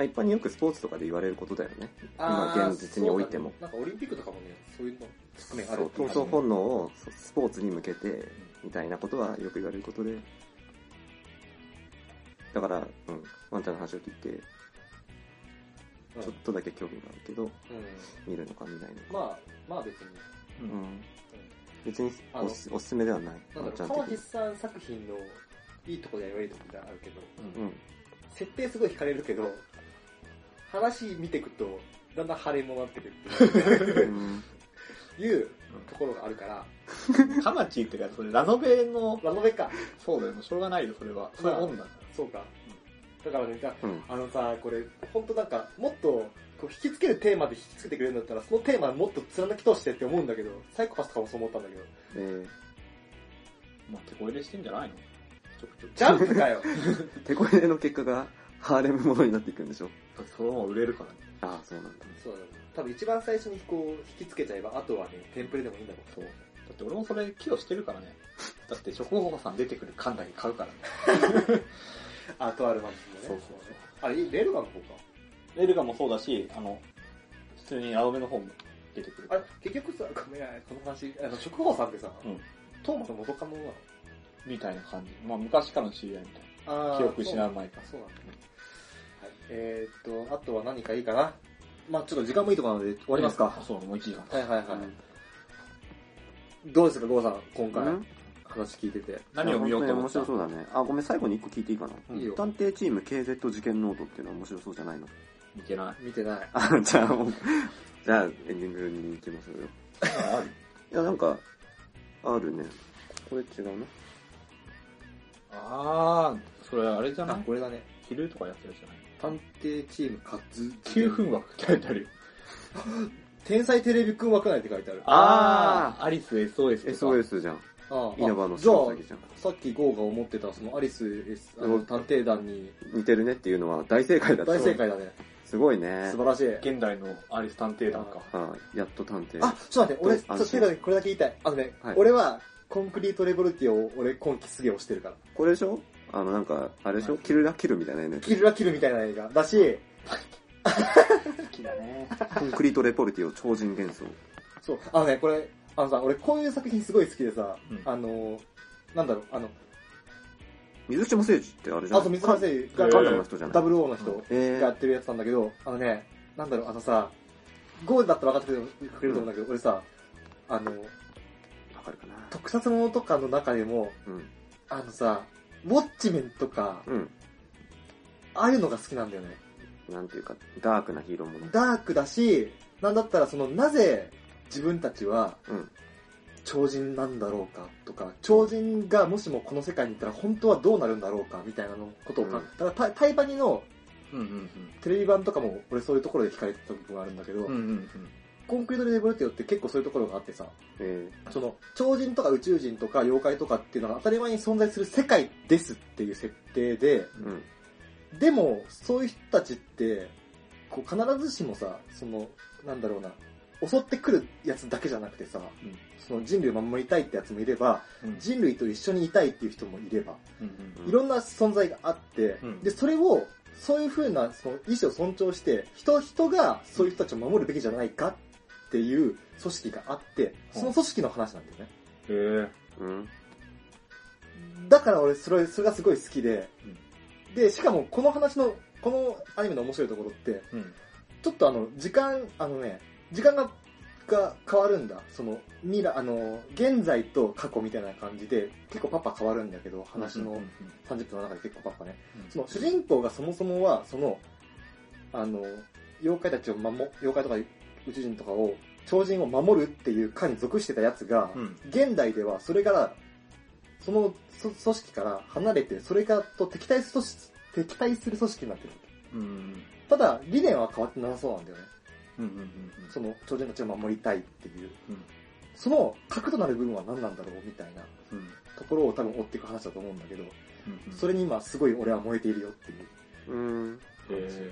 あ一般によくスポーツとかで言われることだよね。今
あー
現実においても
そうだねなんかオリンピックとかもね、そういうの
そ
含
う、
めあるって
闘
いう
争本能をそうスポーツに向けて、みたいなことはよく言われることで、だから、うん、ワンちゃんの話を聞いて、
うん
ちょっとだけ興味があるけど、
うん
見るのか見ないのか。
まあ、まあ別に。
う
うん
ん、別に
あの
おすおすすめではない。
なんだろう、
ワ
川
ンちゃん
地
的
さん作品のいいとこでやれるとこであるけど、
に。うん。
設定すごい惹かれるけど、話見てくと、だんだん腫れもなってくるっていういうところがあるから、
うんかまちってか、それラノベの、
ラノベか。
そうだよ、もうしょうがないよ、それは。そういうもんだから。
そうか。だからね、だ
うん。うん。
あのさ、これ、ほんとなんか、もっと、こう引きつけるテーマで引きつけてくれるんだったら、そのテーマもっと貫き通してって思うんだけど、サイコパスとかもそう思ったんだけど、
えー
まあ、手こ入れしてんじゃないのちょくちょく。
ジャンプかよ
手こ入れの結果がハーレムものになっていくんでしょ
そのまま売れるからね。
ああ、そうなんだ。
[laughs] そうだね。多分一番最初にこう、引きつけちゃえば、あとはね、テンプレでもいいんだろう。
そう。だって俺もそれ寄与してるからね。だって、チョコホコさん出てくる缶だけ買うからね。
あ、とあるマジックもね。
そうそうそう
あ、いいレールガンの方か。
エルガもそうだし、あの、通に青目の方も出てくる
あれ、結局さ、ごめん、この話、あの、食宝さんってさ、
うん
トーマスの元カノなの
みたいな感じ。まあ昔からの知り合いみたい
あ
な。記憶失う前か
あ、そうなんだね。はい、えー、っと、あとは何かいいかなまあちょっと時間もいいとこなので終わ
ら。
りますか
あ。そう、もう一時間。
はいはいはい。どうですか、ゴーさん、今回、
うん
話聞いてて。
何を見ようと思っ
面
た
白そうだね。あ、ごめん、最後に一個聞いていいかな。
いいよ。
探偵チーム KZ 事件ノートっていうのは面白そうじゃないの
見てない。
見てない。
あ、じゃあ、じゃあ、エンディングに行きましょうよ。いや、なんか、あるね。これ違うな。
あー、それあれじゃ
あ
ない、
これだね。
昼とかやってるじゃない
探偵チームカズ。
?9。分枠って書いてあるよ。
天才テレビくん枠内って書いてある。
あ
あー、アリス SOS とか。
SOS じゃん。
ああ
稲葉の
じゃあ
白崎じゃん。
さっきゴーが思ってた、そのアリス、S、あの探偵団に、
似てるねっていうのは大正解だった。
大正解だね。
すごいね
素。晴らしい。
現代のアリス探偵団か。
はい。やっと探偵。
あ、ちょっと待って、
どう
俺、ちょっとこれだけ言いたい。あのね、
はい
俺は、コンクリートレボルティを俺今季すげえ推してるから。
これでしょあの、なんか、あれでしょキルラキルみたいなね。
キルラキルみたいな映画だし、
好きだね。
コンクリートレポルティを超人幻想。
そう、あのね、これ、あのさ、俺こういう作品すごい好きでさ、
うん
あの、なんだろう、あの、
水島誠司ってあれじゃ
あ
ん。
と水川聖が
ガン、
えー
ガ
ダ
ンダムの人じゃない。
ブル O の人が
え
やってるやつなんだけど、あのね、なんだろう、あのさ、ゴーだったら分かってくれると思うんだけど、俺さ、あの、
ー、わかるかな。
特撮ものとかの中でも、
うん。
あのさ、ウォッチメンとか、
うん。
ああいうのが好きなんだよね。
なんていうか、ダークなヒーローもの。
ダークだし、なんだったらその、なぜ自分たちは
うん。
超人なんだろうかとか、超人がもしもこの世界に行ったら本当はどうなるんだろうかみたいなのことをか、
うん
だからタイタイバニの
うんうん
テレビ版とかも俺そういうところで惹かれてた部分があるんだけど、
うん。うんうんうん。
コンクリートレボルティオって結構そういうところがあってさ、
え
その、超人とか宇宙人とか妖怪とかっていうのが当たり前に存在する世界ですっていう設定で、
ー、うん。
でも、そういう人たちって、こう必ずしもさ、その、なんだろうな、襲ってくるやつだけじゃなくてさ、
ん
その人類を守りたいってやつもいれば、
うん
人類と一緒にいたいっていう人もいれば、
うん
うん
いろんな存在があって、
うん
で、それを、そういう風なその意思を尊重して、人人がそういう人たちを守るべきじゃないかっていう組織があって、その組織の話なんだよね。
へー
うん。
だから俺、それ、それがすごい好きで
うん、
で、しかもこの話の、このアニメの面白いところって、
うん。
ちょっとあの、時間、あのね、時間が、が変わるんだ。その、未来、あの、現在と過去みたいな感じで、結構パパ変わるんだけど、話
うんう
の
ん
30分の中で結構パパね。
うん
その、主人公がそもそもは、その、あの、妖怪たちを守、妖怪とか宇宙人とかを、超人を守るっていう課に属してたやつが、
うん
現代ではそれから、そのそ組織から離れて、それからと敵対する組織敵対する組織になってる。
うんうん
ただ、理念は変わってなさそうなんだよね。
うんうんうんうん
その超人たちを守りたいっていう、
うん
その核となる部分は何なんだろうみたいな
うんうん
ところを多分追っていく話だと思うんだけど、
うん
それに今すごい俺は燃えているよっていう。
うん。
へ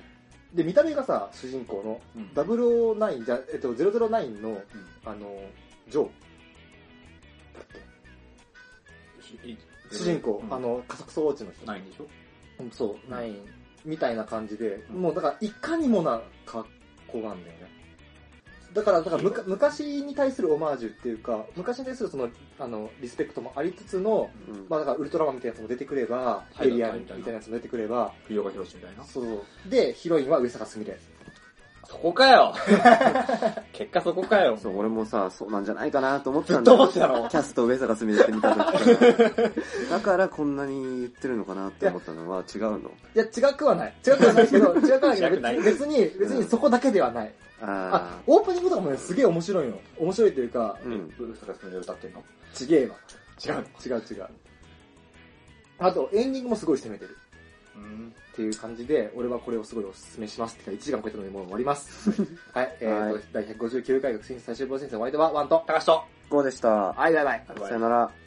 で、見た目がさ、主人公の
ーうん
009、じゃ、えっと、009の、あの、ジョー、
うんい
主人公、
うん
あの、加速装置の人。
ないんでしょ
うんそう、ナインみたいな感じで、
うん
もうだからいかにもな格好なんだよね。だから、だからむか昔に対するオマージュっていうか、昔に対するその、あの、リスペクトもありつつの、
うん
まあだからウルトラマンみたいなやつも出てくれば、
はい
エリアンみたいなやつも出てくれば、
藤岡弘みたいな。
そうそう。で、ヒロインは上坂すみれ。
そこかよ結果そこかよ
そう、俺もさ、そうなんじゃないかなと思って
ず
た
っ
ん
と
だ
思ってたの
キャスト上坂すみれって見た [laughs] 時から。だからこんなに言ってるのかなって思ったのは違うの。
いや、違くは
[laughs]
ない。違くはないけど、違くはないけ
違くない
ど、別に、別に別にそこだけではない。あ
あ、
オープニングとかもね、すげえ面白いの。面白いというか
あ、、うん。
ブルースがそれで歌ってんの
ちげえわ。
違うの
違う違う。あと、エンディングもすごい攻めてる。
うん。
っていう感じで、俺はこれをすごいお勧めします。てか、1時間超えたのでもう終わり
[laughs]
ます。はい、えーと、第159回学生最終防戦戦お相手はワンと。
高橋と
こうでした。
はい、バイバイ。
さよなら。